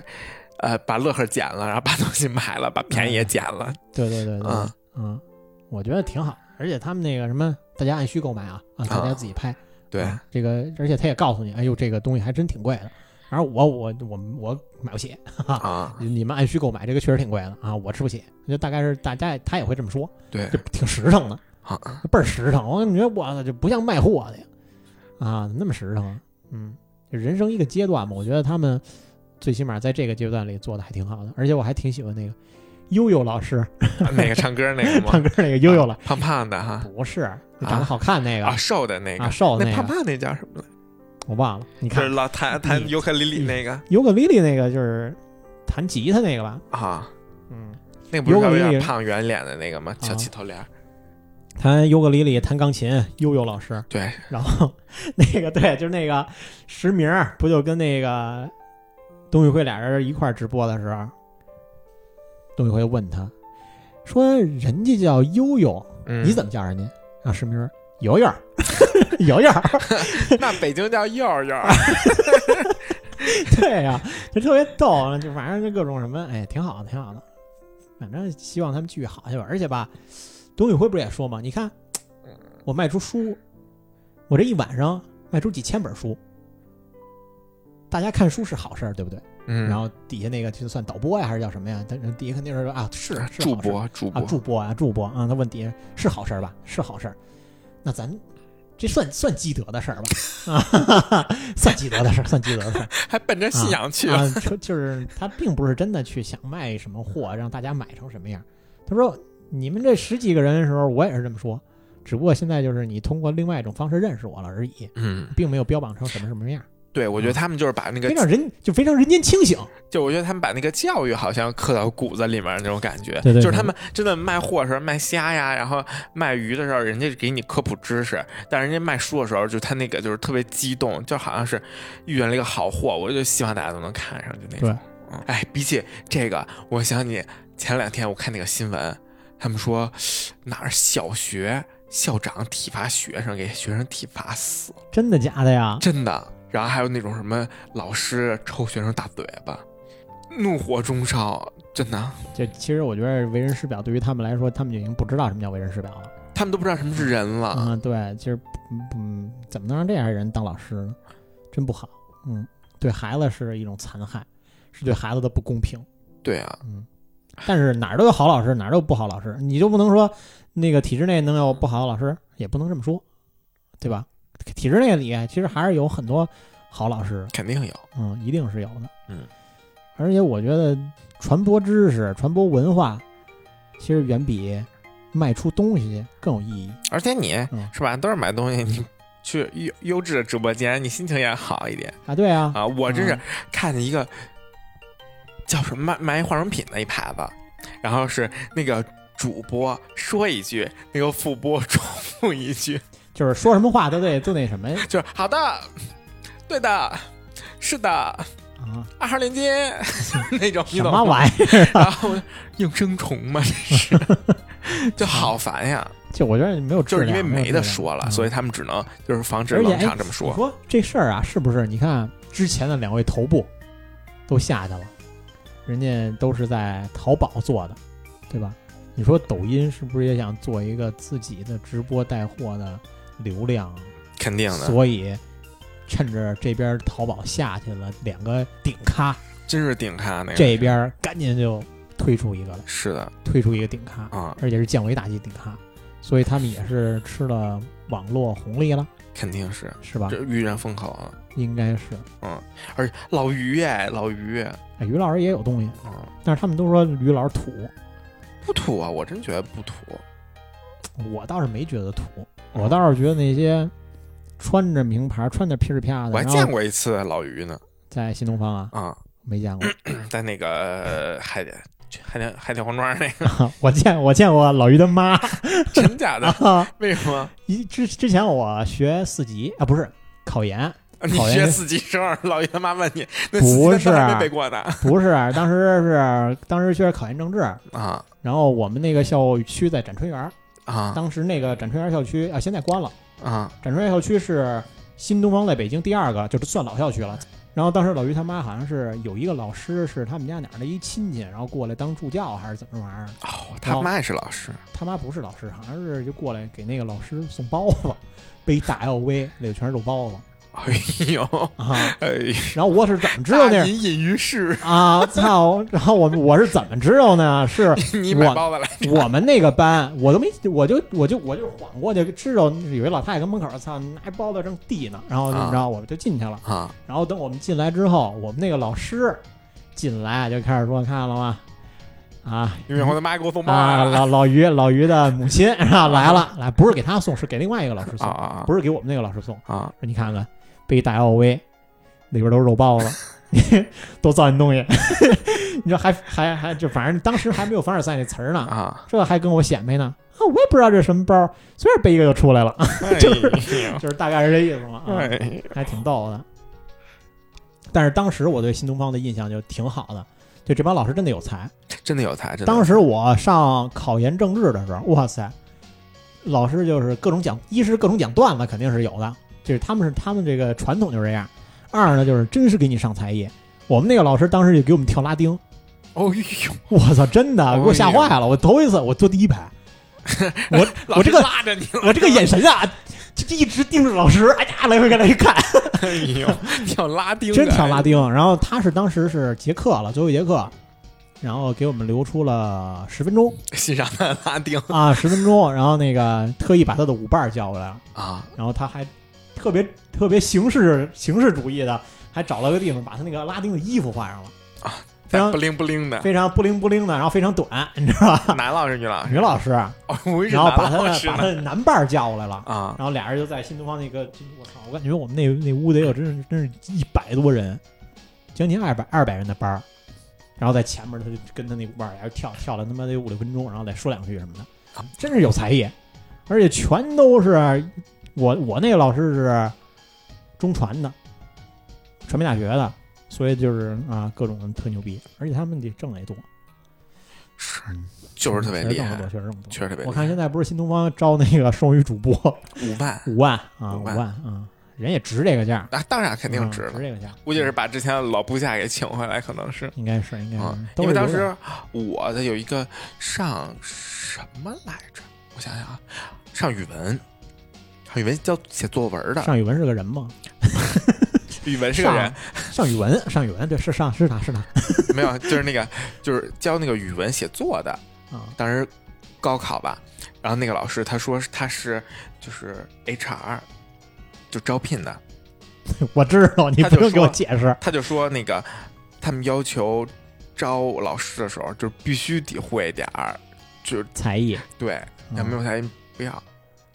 呃把乐呵捡了，然后把东西买了，把便宜也捡了，
对，对对对对
嗯，
嗯，我觉得挺好。而且他们那个什么，大家按需购买啊，啊，大家自己拍。
对，
啊这个，而且他也告诉你，哎呦，这个东西还真挺贵的。然后我我我我买不起，
啊，
你们按需购买，这个确实挺贵的啊，我吃不起。就大概是大家他也会这么说，
对
就挺实诚的，
啊，
倍儿实诚。我感觉我操，就不像卖货的呀，啊，怎么那么实诚啊？嗯，就人生一个阶段嘛，我觉得他们最起码在这个阶段里做的还挺好的，而且我还挺喜欢那个悠悠老师
那啊个唱歌那
(laughs)
个
唱
吗？啊
歌那个悠悠了，
胖胖的哈
不是就长得好看那个
啊，瘦的那
啊
个，
瘦的
那
那
胖
个，
胖那叫什么来着？
我忘了。你
就是
看
老弹弹尤克里里那个
尤克里里那个就是弹吉他那个吧，
啊，
嗯，
那不是
尤克
有
里里
点胖圆脸的那个吗？小
啊
齐头帘儿，
弹尤克里里，弹钢琴，悠悠老师。
对，
然后那个对，就是那个实名儿不就跟那个董宇辉俩人一块儿直播的时候，董宇辉问他说：“人家叫悠悠，
嗯
你怎么叫人家？”然后实名儿悠悠儿， (laughs) 悠悠儿，
那北京叫幼儿
(laughs)
园儿，
对呀、啊就特别逗，就反正就各种什么，哎，挺好的，挺好的。反正希望他们继续好下去吧。而且吧，董宇辉不是也说嘛，你看我卖出书，我这一晚上卖出几千本书，大家看书是好事儿，对不对？
嗯
然后底下那个就算导播呀，还是叫什么呀？但是底下肯定是说啊，是是
助
好事儿
播助
啊，
播
助播啊，助播啊。他问底下是好事儿吧？是好事儿。那咱这算算积德的事儿吧？啊， (laughs) 算积德的事儿，算积德的事儿。
还奔着信仰
(laughs)
去了。
啊，就就是他并不是真的去想卖什么货，让大家买成什么样。他说：“你们这十几个人的时候，我也是这么说，只不过现在就是你通过另外一种方式认识我了而已，
嗯，
并没有标榜成什么什么样，
对，我觉得他们就是把那个
非，常人就非常人间清醒。
就我觉得他们把那个教育好像刻到骨子里面那种感觉。
对对
就是他们真的卖货的时候卖虾呀，然后卖鱼的时候，人家给你科普知识，但人家卖书的时候，就他那个就是特别激动，就好像是遇见了一个好货，我就希望大家都能看上，就那种
对。
嗯哎，比起这个，我想起前两天我看那个新闻，他们说哪儿小学校长体罚学生，给学生体罚死了
真的假的呀？
真的。然后还有那种什么老师抽学生大嘴巴，怒火中烧，真的，
就其实我觉得为人师表对于他们来说，他们就已经不知道什么叫为人师表了。
他们都不知道什么是人了。
嗯，对，就是嗯，怎么能让这样的人当老师呢？真不好。嗯，对孩子是一种残害，是对孩子的不公平。
对啊，
嗯，但是哪儿都有好老师，哪儿都有不好老师，你就不能说那个体制内能有不好的老师，也不能这么说，对吧？体制内里其实还是有很多好老师，
肯定有。
嗯，一定是有的，
嗯。
而且我觉得传播知识、传播文化，其实远比卖出东西更有意义。
而且你
嗯
是吧，都是买东西，你去优优质的直播间，你心情也好一点
啊，对啊，
啊。我真是
嗯
看见一个叫什么卖卖化妆品的一牌子，然后是那个主播说一句，那个副播重复一句，
就是说什么话都得都那什么
就是好的，对的，是的，
啊，
二号链接 (laughs) 那种，你
什
懂
么
吗？
玩意儿？ (laughs)
然后应声虫嘛，这是 (laughs) 就好
(laughs)
烦呀。
就我觉得没有质
就是
量，
因为
有
没
质
得
量
说了，
嗯
所以他们只能就是防止
而且
冷
哎
场这么
你
说。
说这事儿啊，是不是？你看之前的两位头部都下去了，人家都是在淘宝做的，对吧？你说抖音是不是也想做一个自己的直播带货的流量？
肯定的，
所以趁着这边淘宝下去了，两个顶咖，
真是顶咖那个。
这边赶紧就推出一个了，
是的
推出一个顶咖，
啊，
而且是降维打击顶咖，所以他们也是吃了网络红利了，
肯定是
是吧？
这遇人风口了。
应该是。
而且老于哎，老于
哎，于老师也有东西，
啊，
但是他们都说于老师土，
不土啊，我真觉得不土。
我倒是没觉得土，
嗯
我倒是觉得那些穿着名牌、穿着噼里啪啦
我
的，
还
然
见
后
过一次老于呢
在新东方啊
啊，
没见过， (laughs)
在那个呃海淀海淀海淀黄庄那个，
我见我见过老于的妈，
真假
啊
的？为什么？
一之之前我学四级啊，不是考研，
你
考研
学
是
四级生， (laughs) 老于他妈问你，那
不
四级的
是啊
都还没背过呢
(laughs) 不是，当时是当时学考研政治，
啊
然后我们那个校区在展春园，
啊
当时那个展春园校区啊，现在关了。
啊！
展春园校区是新东方在北京第二个，就是算老校区了。然后当时老于他妈好像是有一个老师是他们家哪儿的一亲戚，然后过来当助教还是怎么玩意儿？
哦，他妈也是老师，
他妈不是老师，好像是就过来给那个老师送包子， (laughs) 背一大 LV，里头全是肉包子
(laughs) 哎呦，
啊。
哎呦，
然后我是怎么知道那
大
是
隐隐于市，
啊？操！然后我我是怎么知道呢？是
你买
我
包子来，
我们那个班，我都没，我就我就我就晃过去，知道有一老太太跟门口，操，拿一包子正递呢，然后怎么着，我就进去了。
啊
然后等我们进来之后，我们那个老师进来就开始说：“看见了吗？啊，
因为我他妈给我送包
啊，
子来
老老于老于的母亲
(laughs)
啊来了，来不是给他送，是给另外一个老师
啊 (laughs)
送，
啊
不是给我们那个老师送。
啊啊！
说你看看，背一大 LV，里边都是肉包子， (laughs) 都糟践东西。你说还还还就反正当时还没有凡尔赛那词儿呢，
啊，
这还跟我显摆呢。啊，我也不知道这是什么包，随便背一个就出来了， (laughs) 就是
哎
就是大概是这意思 (laughs) 嘛。
呦，
啊
哎呦
还挺逗的。但是当时我对新东方的印象就挺好的，就这帮老师真的有才。
真的有才，真的。
当时我上考研政治的时候，哇塞，老师就是各种讲，一是各种讲段子肯定是有的，就是他们是他们这个传统就是这样；二呢就是真是给你上才艺。我们那个老师当时就给我们跳拉丁，
哦呦，
我操，真
哦
的给我吓坏了！我头一次我坐第一
(laughs)
排，我
老
我
师
这个
拉着你了，
我这个眼神啊，就就一直盯着老师，哎呀，来回看来回看，
哎
(laughs)
呦，跳拉丁，哎
真跳拉，丁。然后他是当时是结课了，最后一节课，然后给我们留出了十分钟
欣赏他的拉丁
啊，十分钟。然后那个特意把他的舞伴儿叫过来了，
啊，
然后他还特别特别形式形式主义的，还找了个地方把他那个拉丁的衣服换上了
啊，
非
但
常
不灵不灵的，
非常不灵不灵的，然后非常短，你知
(laughs)
道吧？
男老师女老师，
女老师，
哦，我以为是
然后把
男
他
老
的
师
把他
呢
的男伴儿叫过来了。
啊，
然后俩人就在新东方那个，真我操！我感觉我们那那屋得有真是真是一百多人，将近二百二百人的班儿。然后在前面，他就跟他那舞伴儿，然后跳跳了他妈得五六分钟，然后再说两句什么的，真是有才艺，而且全都是我我那个老师是中传的，传媒大学的，所以就是啊各种特牛逼，而且他们得挣得也多，
是，就是特别厉
确实挣得
害
多，，确实挣得多。
确实特别厉害。
我看现在不是新东方招那个双语主播，
五万
五万啊，
五
五
万
万啊，人也值这个价，
啊，当然肯定
嗯
值了。
这个价，嗯
估计是把之前的老部下给请回来，可能是
应该是应该
啊
是，，都
因
是
为
有
当时我的有一个上什么来着，我想想啊，上语文，上语文教写作文的，
上语文是个人吗？
语文是个人，
上语文，上语文对，是上是他是
(laughs)
他
没有，就是那个就是教那个语文写作的，
啊
当时高考吧，然后那个老师他说他是就是 HR，就招聘的，
我知道你
他就
不用给
说
我解释
他就说那个他们要求招老师的时候，就是必须得会点儿就是
才艺。
对，要
嗯
(laughs) 没有才艺不要。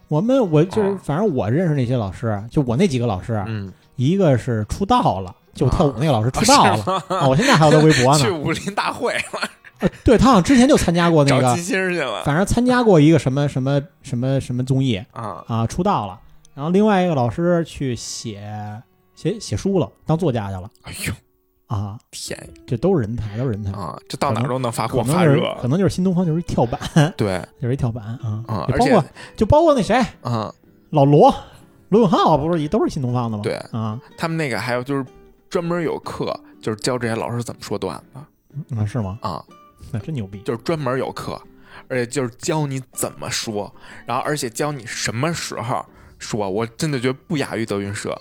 我们我就是
啊
反正我认识那些老师，啊就我那几个老师，
嗯，
一个是出道了，就跳舞那个老师出
啊
道
是
了啊，我现在还有他微博
(laughs) 去
呢。
武林大会了，
对他好像之前就参加过 (laughs) 那
找
个
金，星儿去了
反正参加过一个什么什么什么什么综艺
啊！
啊，出道了。然后另外一个老师去写写写书了，当作家去了
哎呦
啊，
天
这都是人才，都是人才。
啊，这到哪儿都能发
可
光
能
发
就是
热，
可能就是新东方就是一跳板，
对
就是一跳板啊。
啊，
也
而
包
且
括嗯就包括那谁
啊，
老罗罗永浩不是也都是新东方的吗？
对
啊，
他们那个还有就是专门有课，就是教这些老师怎么说段子
啊是吗？
啊，
那真牛逼。
就是专门有课，而且就是教你怎么说，然后而且教你什么时候说，我真的觉得不亚于德云社，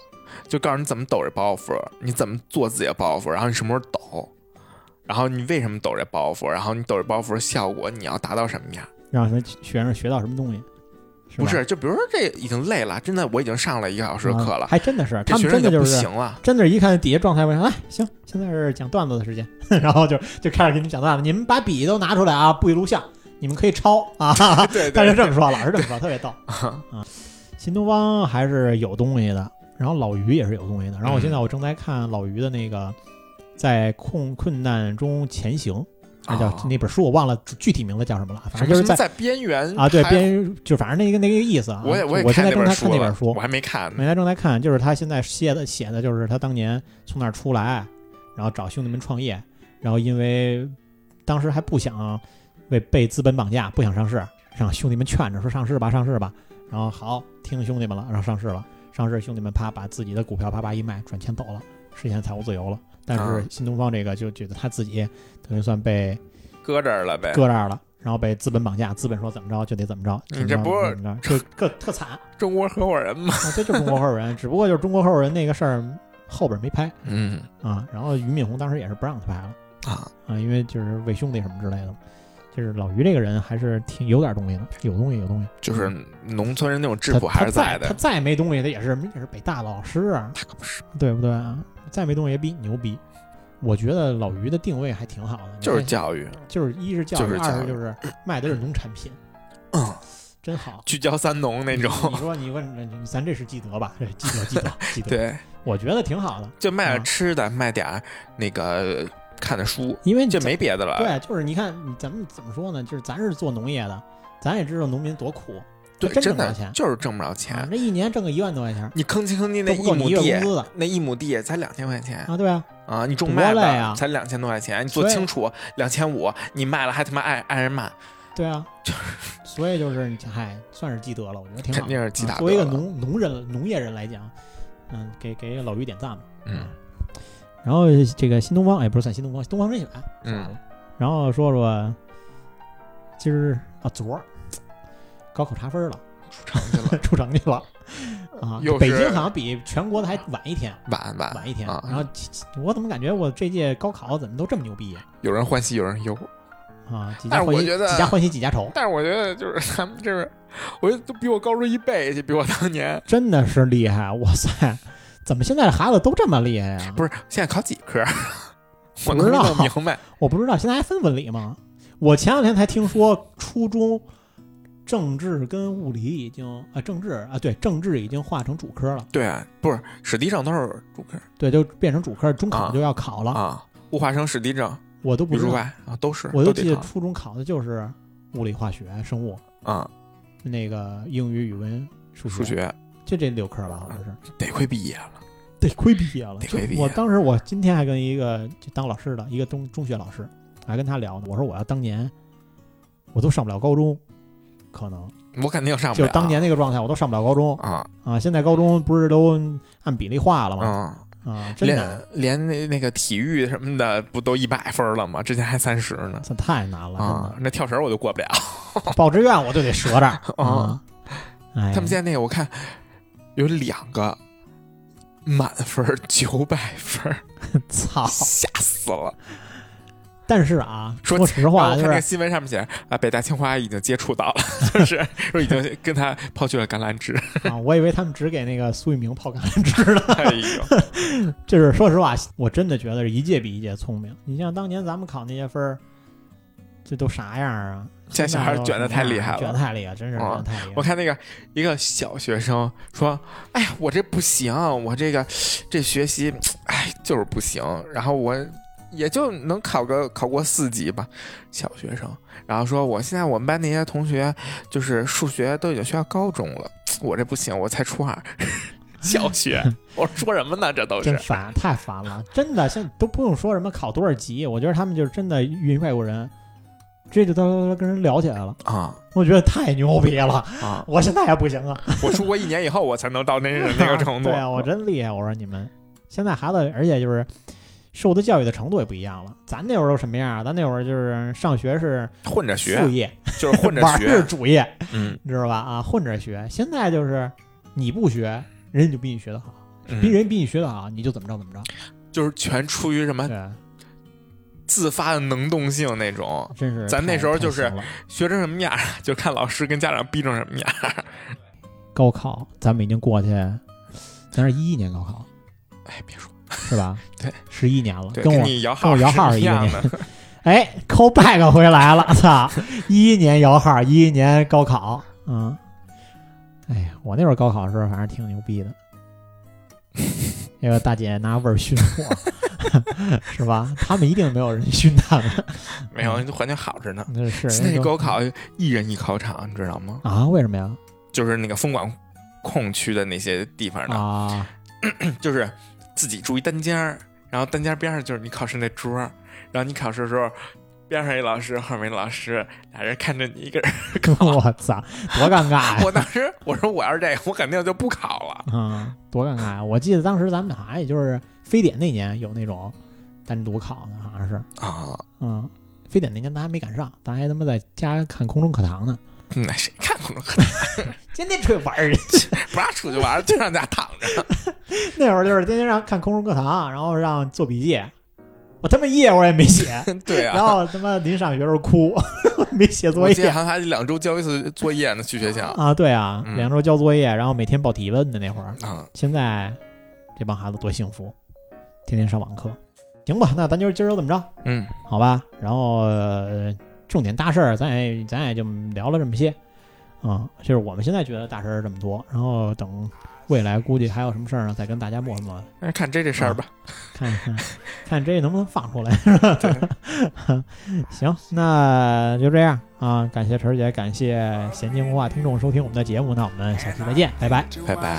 就告诉你怎么抖这包袱，你怎么做自己的包袱，然后你什么时候抖，然后你为什么抖这包袱，然后你抖这包袱的效果你要达到什么样。
让学学生学到什么东西？吧
不是，就比如说这已经累了，真的我已经上了一个小时的课
啊
了，
还真的是，
这
他
学
们真
生
的就
就不
是
行了。
真的，一看底下状态，我想，哎，行，现在是讲段子的时间， (laughs) 然后就就开始给你们讲段子，你们把笔都拿出来啊，不许录像，你们可以抄啊。
对
但
对
是这么
(laughs)
说，老师这么说特别逗啊。新东方还是有东西的，然后老于也是有东西的。然后我
嗯
现在我正在看老于的那个《在困困难中前行》，那哎叫、
哦
那本书我忘了具体名字叫什么了，反正就是
什么
在
在边缘
啊，对，
徘
边缘就反正那个那个意思啊。
我也
我
也
现
看
在
那
正在看
书
那
了
本书
我，还没看呢。
我现在正在看，就是他现在写的写的就是他当年从那儿出来，然后找兄弟们创业，然后因为当时还不想为被资本绑架，不想上市，让兄弟们劝着说上市吧，上市吧，然后好听兄弟们了，然后上市了，上市兄弟们啪把自己的股票啪啪一卖，转钱走了，实现财务自由了。但
啊
是新东方这个就觉得他自己等于算被
搁这儿了呗，
搁这儿了。然后被资本绑架，资本说怎么着就得怎么着，
你这
怎么着
不是
怎么着，就特特惨，
中国合伙人嘛。
啊，这就是中国合伙人，只不过就是中国合伙人那个事儿后边没拍
嗯
啊。然后俞敏洪当时也是不让他拍了
啊，
啊，因为就是为兄弟什么之类的嘛。就是老于这个人还是挺有点东西的，有东西有东西，
就是农村人那种
嗯
质
他
朴还
他
是
再他
的。
再没东西，他也是也是北大老师啊，
他可不是，
对不对啊？再没东西也比你牛逼。我觉得老于的定位还挺好的，
就是
你看
教育，
就是一是教
就
育，
是教育
二是就是卖的是农产品，
嗯，
真好。
聚焦三农 (laughs) 那种。
你说你问咱这是基德吧？这是基德基
(laughs)
德基德，
对，
我觉得挺好的，
就卖点吃的，卖点儿那个看的书，
因为你
就没别的了。
对，就是你看，你咱们怎么说呢？就是咱是做农业的，咱也知道农民多苦，
对，
就真
真
挣不着
的
钱
就是挣不着
啊
钱。
这一年挣个一万多块钱，
你吭叽吭叽那
都不够你
一亩
一月
地，
工资的
那一亩地才两千块钱
啊！对啊，
啊！你种
多
麦
累啊
子才两千多块钱，你做
所以
清楚两千五，你卖了还他妈挨挨人骂，
对啊，
(laughs)
所以就是你嗨，算是积德了，我觉得挺好。
肯定是积
啊
大
作为一
德
个
了。
农农人、农业人来讲，嗯，给给老于点赞吧。
嗯
然后这个新东方，哎，不是算新东方，东方甄选说完
嗯
了。然后说说今儿啊，昨儿高考查分了，
尝去了，
(laughs) 出成绩了啊
又！
北
是
京好像比全国的还晚一天。
晚晚
晚一天。然
啊！
后其其我怎么感觉我这届高考怎么都这么牛逼呀？
有人欢喜有人忧，
啊，几家
但是
欢
我
喜
觉得
几家欢喜几家愁，
但是我觉得就是他们这边， (laughs) 我觉得都比我高出一倍，就比我当年
真的是厉害！啊哇塞，怎么现在孩子都这么厉害呀？
不是现在考几科，
(laughs) 不
我能
知道
弄明白
我不知道现在还分文理吗？我前两天才听说初中政治跟物理已经啊政治啊对政治已经划成主科了，
对啊，不是史地政都是主科
对，就变成主科，中考
啊
就要考了，
啊，物化生、史地政、
我都
语
不知
数
道
外，啊都是，
我就
都
记
得
得初中考的就是物理、化学、生物，
考啊，
那个英语、语文、数
数学
就这六科吧，好像是。
得亏毕业了，
得亏毕业了，
得
就
亏毕业
我当时我今天还跟一个就当老师的一个中中学老师，还跟他聊呢。我说我要当年，我都上不了高中，可能
我肯定上不
就
了。
是当年那个状态，我都上不了高中
啊
啊。现在高中不是都按比例划了吗？
嗯，
啊，真难，
连连那那个体育什么的不都一百分了吗？之前还三十呢
这太难了，
啊，
真
那跳绳我就过不了。
的。报志愿我就得折着啊
(laughs) 啊。
哎，
他们现在那个我看有两个满分九百分， (laughs)
操！
吓死了！
但是啊，
说
说实话，
我
就
看那个
是
新闻上面写啊，北大清华已经接触到了， (laughs) 就是说已经跟他抛去了橄榄枝。
(laughs) 啊，我以为他们只给那个苏翊鸣泡橄榄枝呢。 (laughs)
哎呦，
就是说实话，我真的觉得是一届比一届聪明。你像当年咱们考那些分儿，这都啥样啊？
现在小孩卷的太厉害
卷
了
得。太厉害，真是卷得太厉害。
我看那个一个小学生说：“哎呀，我这不行，我这个这学习，哎，就是不行。然后我也就能考个考过四级吧，小学生。然后说我现在我们班那些同学，就是数学都已经学到高中了，我这不行，我才初二， (laughs) 小
(laughs)
学。我说什么呢？这都
真
是
烦，太烦了，真的，现在都不用说什么考多少级，我觉得他们就是真的运外国人，这就都跟人聊起来了，
啊
我觉得太牛逼了，
啊！
我现在还不行啊，
我出国一年以后，我才能到那
(laughs)
那个程度。
对啊，我真厉害，我说你们现在孩子，而且就是受的教育的程度也不一样了，咱那会儿都什么样啊？咱那会儿就是上学是
混着学
副，业，
就是混
(laughs)
着
玩儿是
学。
主业，
嗯，
你知道吧？啊，混着学，现在就是你不学，人家就比你学的好，
嗯
比人比你学的好，你就怎么着怎么着，
就是全出于什么
对。
自发的能动性那种，
真是
咱
太
那时候
太
就是
行了
学成什么样儿 (laughs) 就看老师跟家长逼成什么样儿。 (laughs)
高考，咱们已经过去，咱是一一年高考
哎，别说，？
是吧
(laughs) 对，
十一年了，
对，
跟我
你摇
跟
号
我摇号
是
一
一
个
样
年
的。。
(laughs) 哎，call back 回来了， (laughs) 操！一一年摇号，一一年高考，嗯，哎呀，我那会儿高考的时候反正挺牛逼的，那个大姐拿味儿熏我， (laughs) 是吧？他们一定没有人熏他们，
(laughs) 没有，环境好着呢。
那是
现在
人
高
都
考一人一考场，你知道吗？
啊？为什么呀？
就是那个风管控区的那些地方呢，
啊， (laughs)
就是自己住一单间儿，然后单间边上就是你考试那桌儿，然后你考试的时候。边上一老师，后面一老师，俩人看着你一个人。
我操，多尴尬呀！
我当时我说，我要是这个，我肯定就不考了。
嗯，多尴尬呀！我记得当时咱们好像也就是非典那年有那种单独考的，好像是，
啊，
嗯，非典那年咱还没赶上，咱还他妈在家看空中课堂呢，
嗯那谁看过？
天天出去玩儿去。 (laughs)
不让出去玩，就让家躺着。
那会儿就是天天让看空中课堂，然后让做笔记，我他妈一页我也没写，
(laughs) 对啊，
然后他妈临上学时候哭， (laughs) 没写作
我记得
业
好像还两周交一次作业呢，去学校
(laughs) 啊，对啊，
嗯
两周交作业，然后每天报体温的那会儿，
啊。
现在这帮孩子多幸福，天天上网课。行吧，那咱就今儿就这么着。
嗯，
好吧？然后、呃、重点大事儿，咱也咱也就聊了这么些，啊、就是我们现在觉得大事儿这么多，然后等未来估计还有什么事儿呢，再跟大家磨磨，
那看这这事儿吧。
看一看看这能不能放出来，是吧？ (laughs) 行，那就这样啊！感谢晨儿姐，感谢闲情文化听众收听我们的节目，那我们下期再见，嗯拜拜。
拜拜。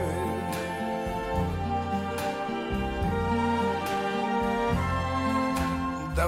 The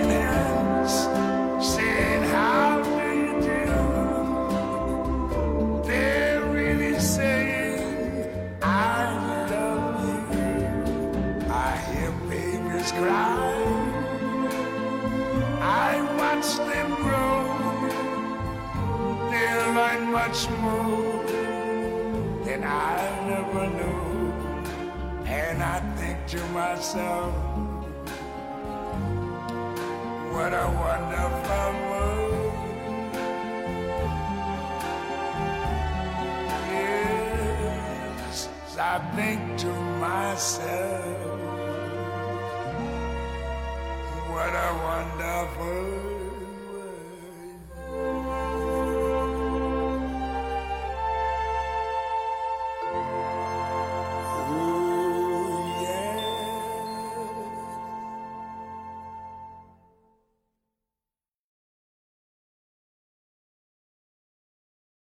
hands, saying, How do you do? They're really saying, I love you. I hear babies cry. I watch them grow. They'll learn much more than I never knew. And I think to myself, what a wonderful world. Yes, I think to myself, what a wonderful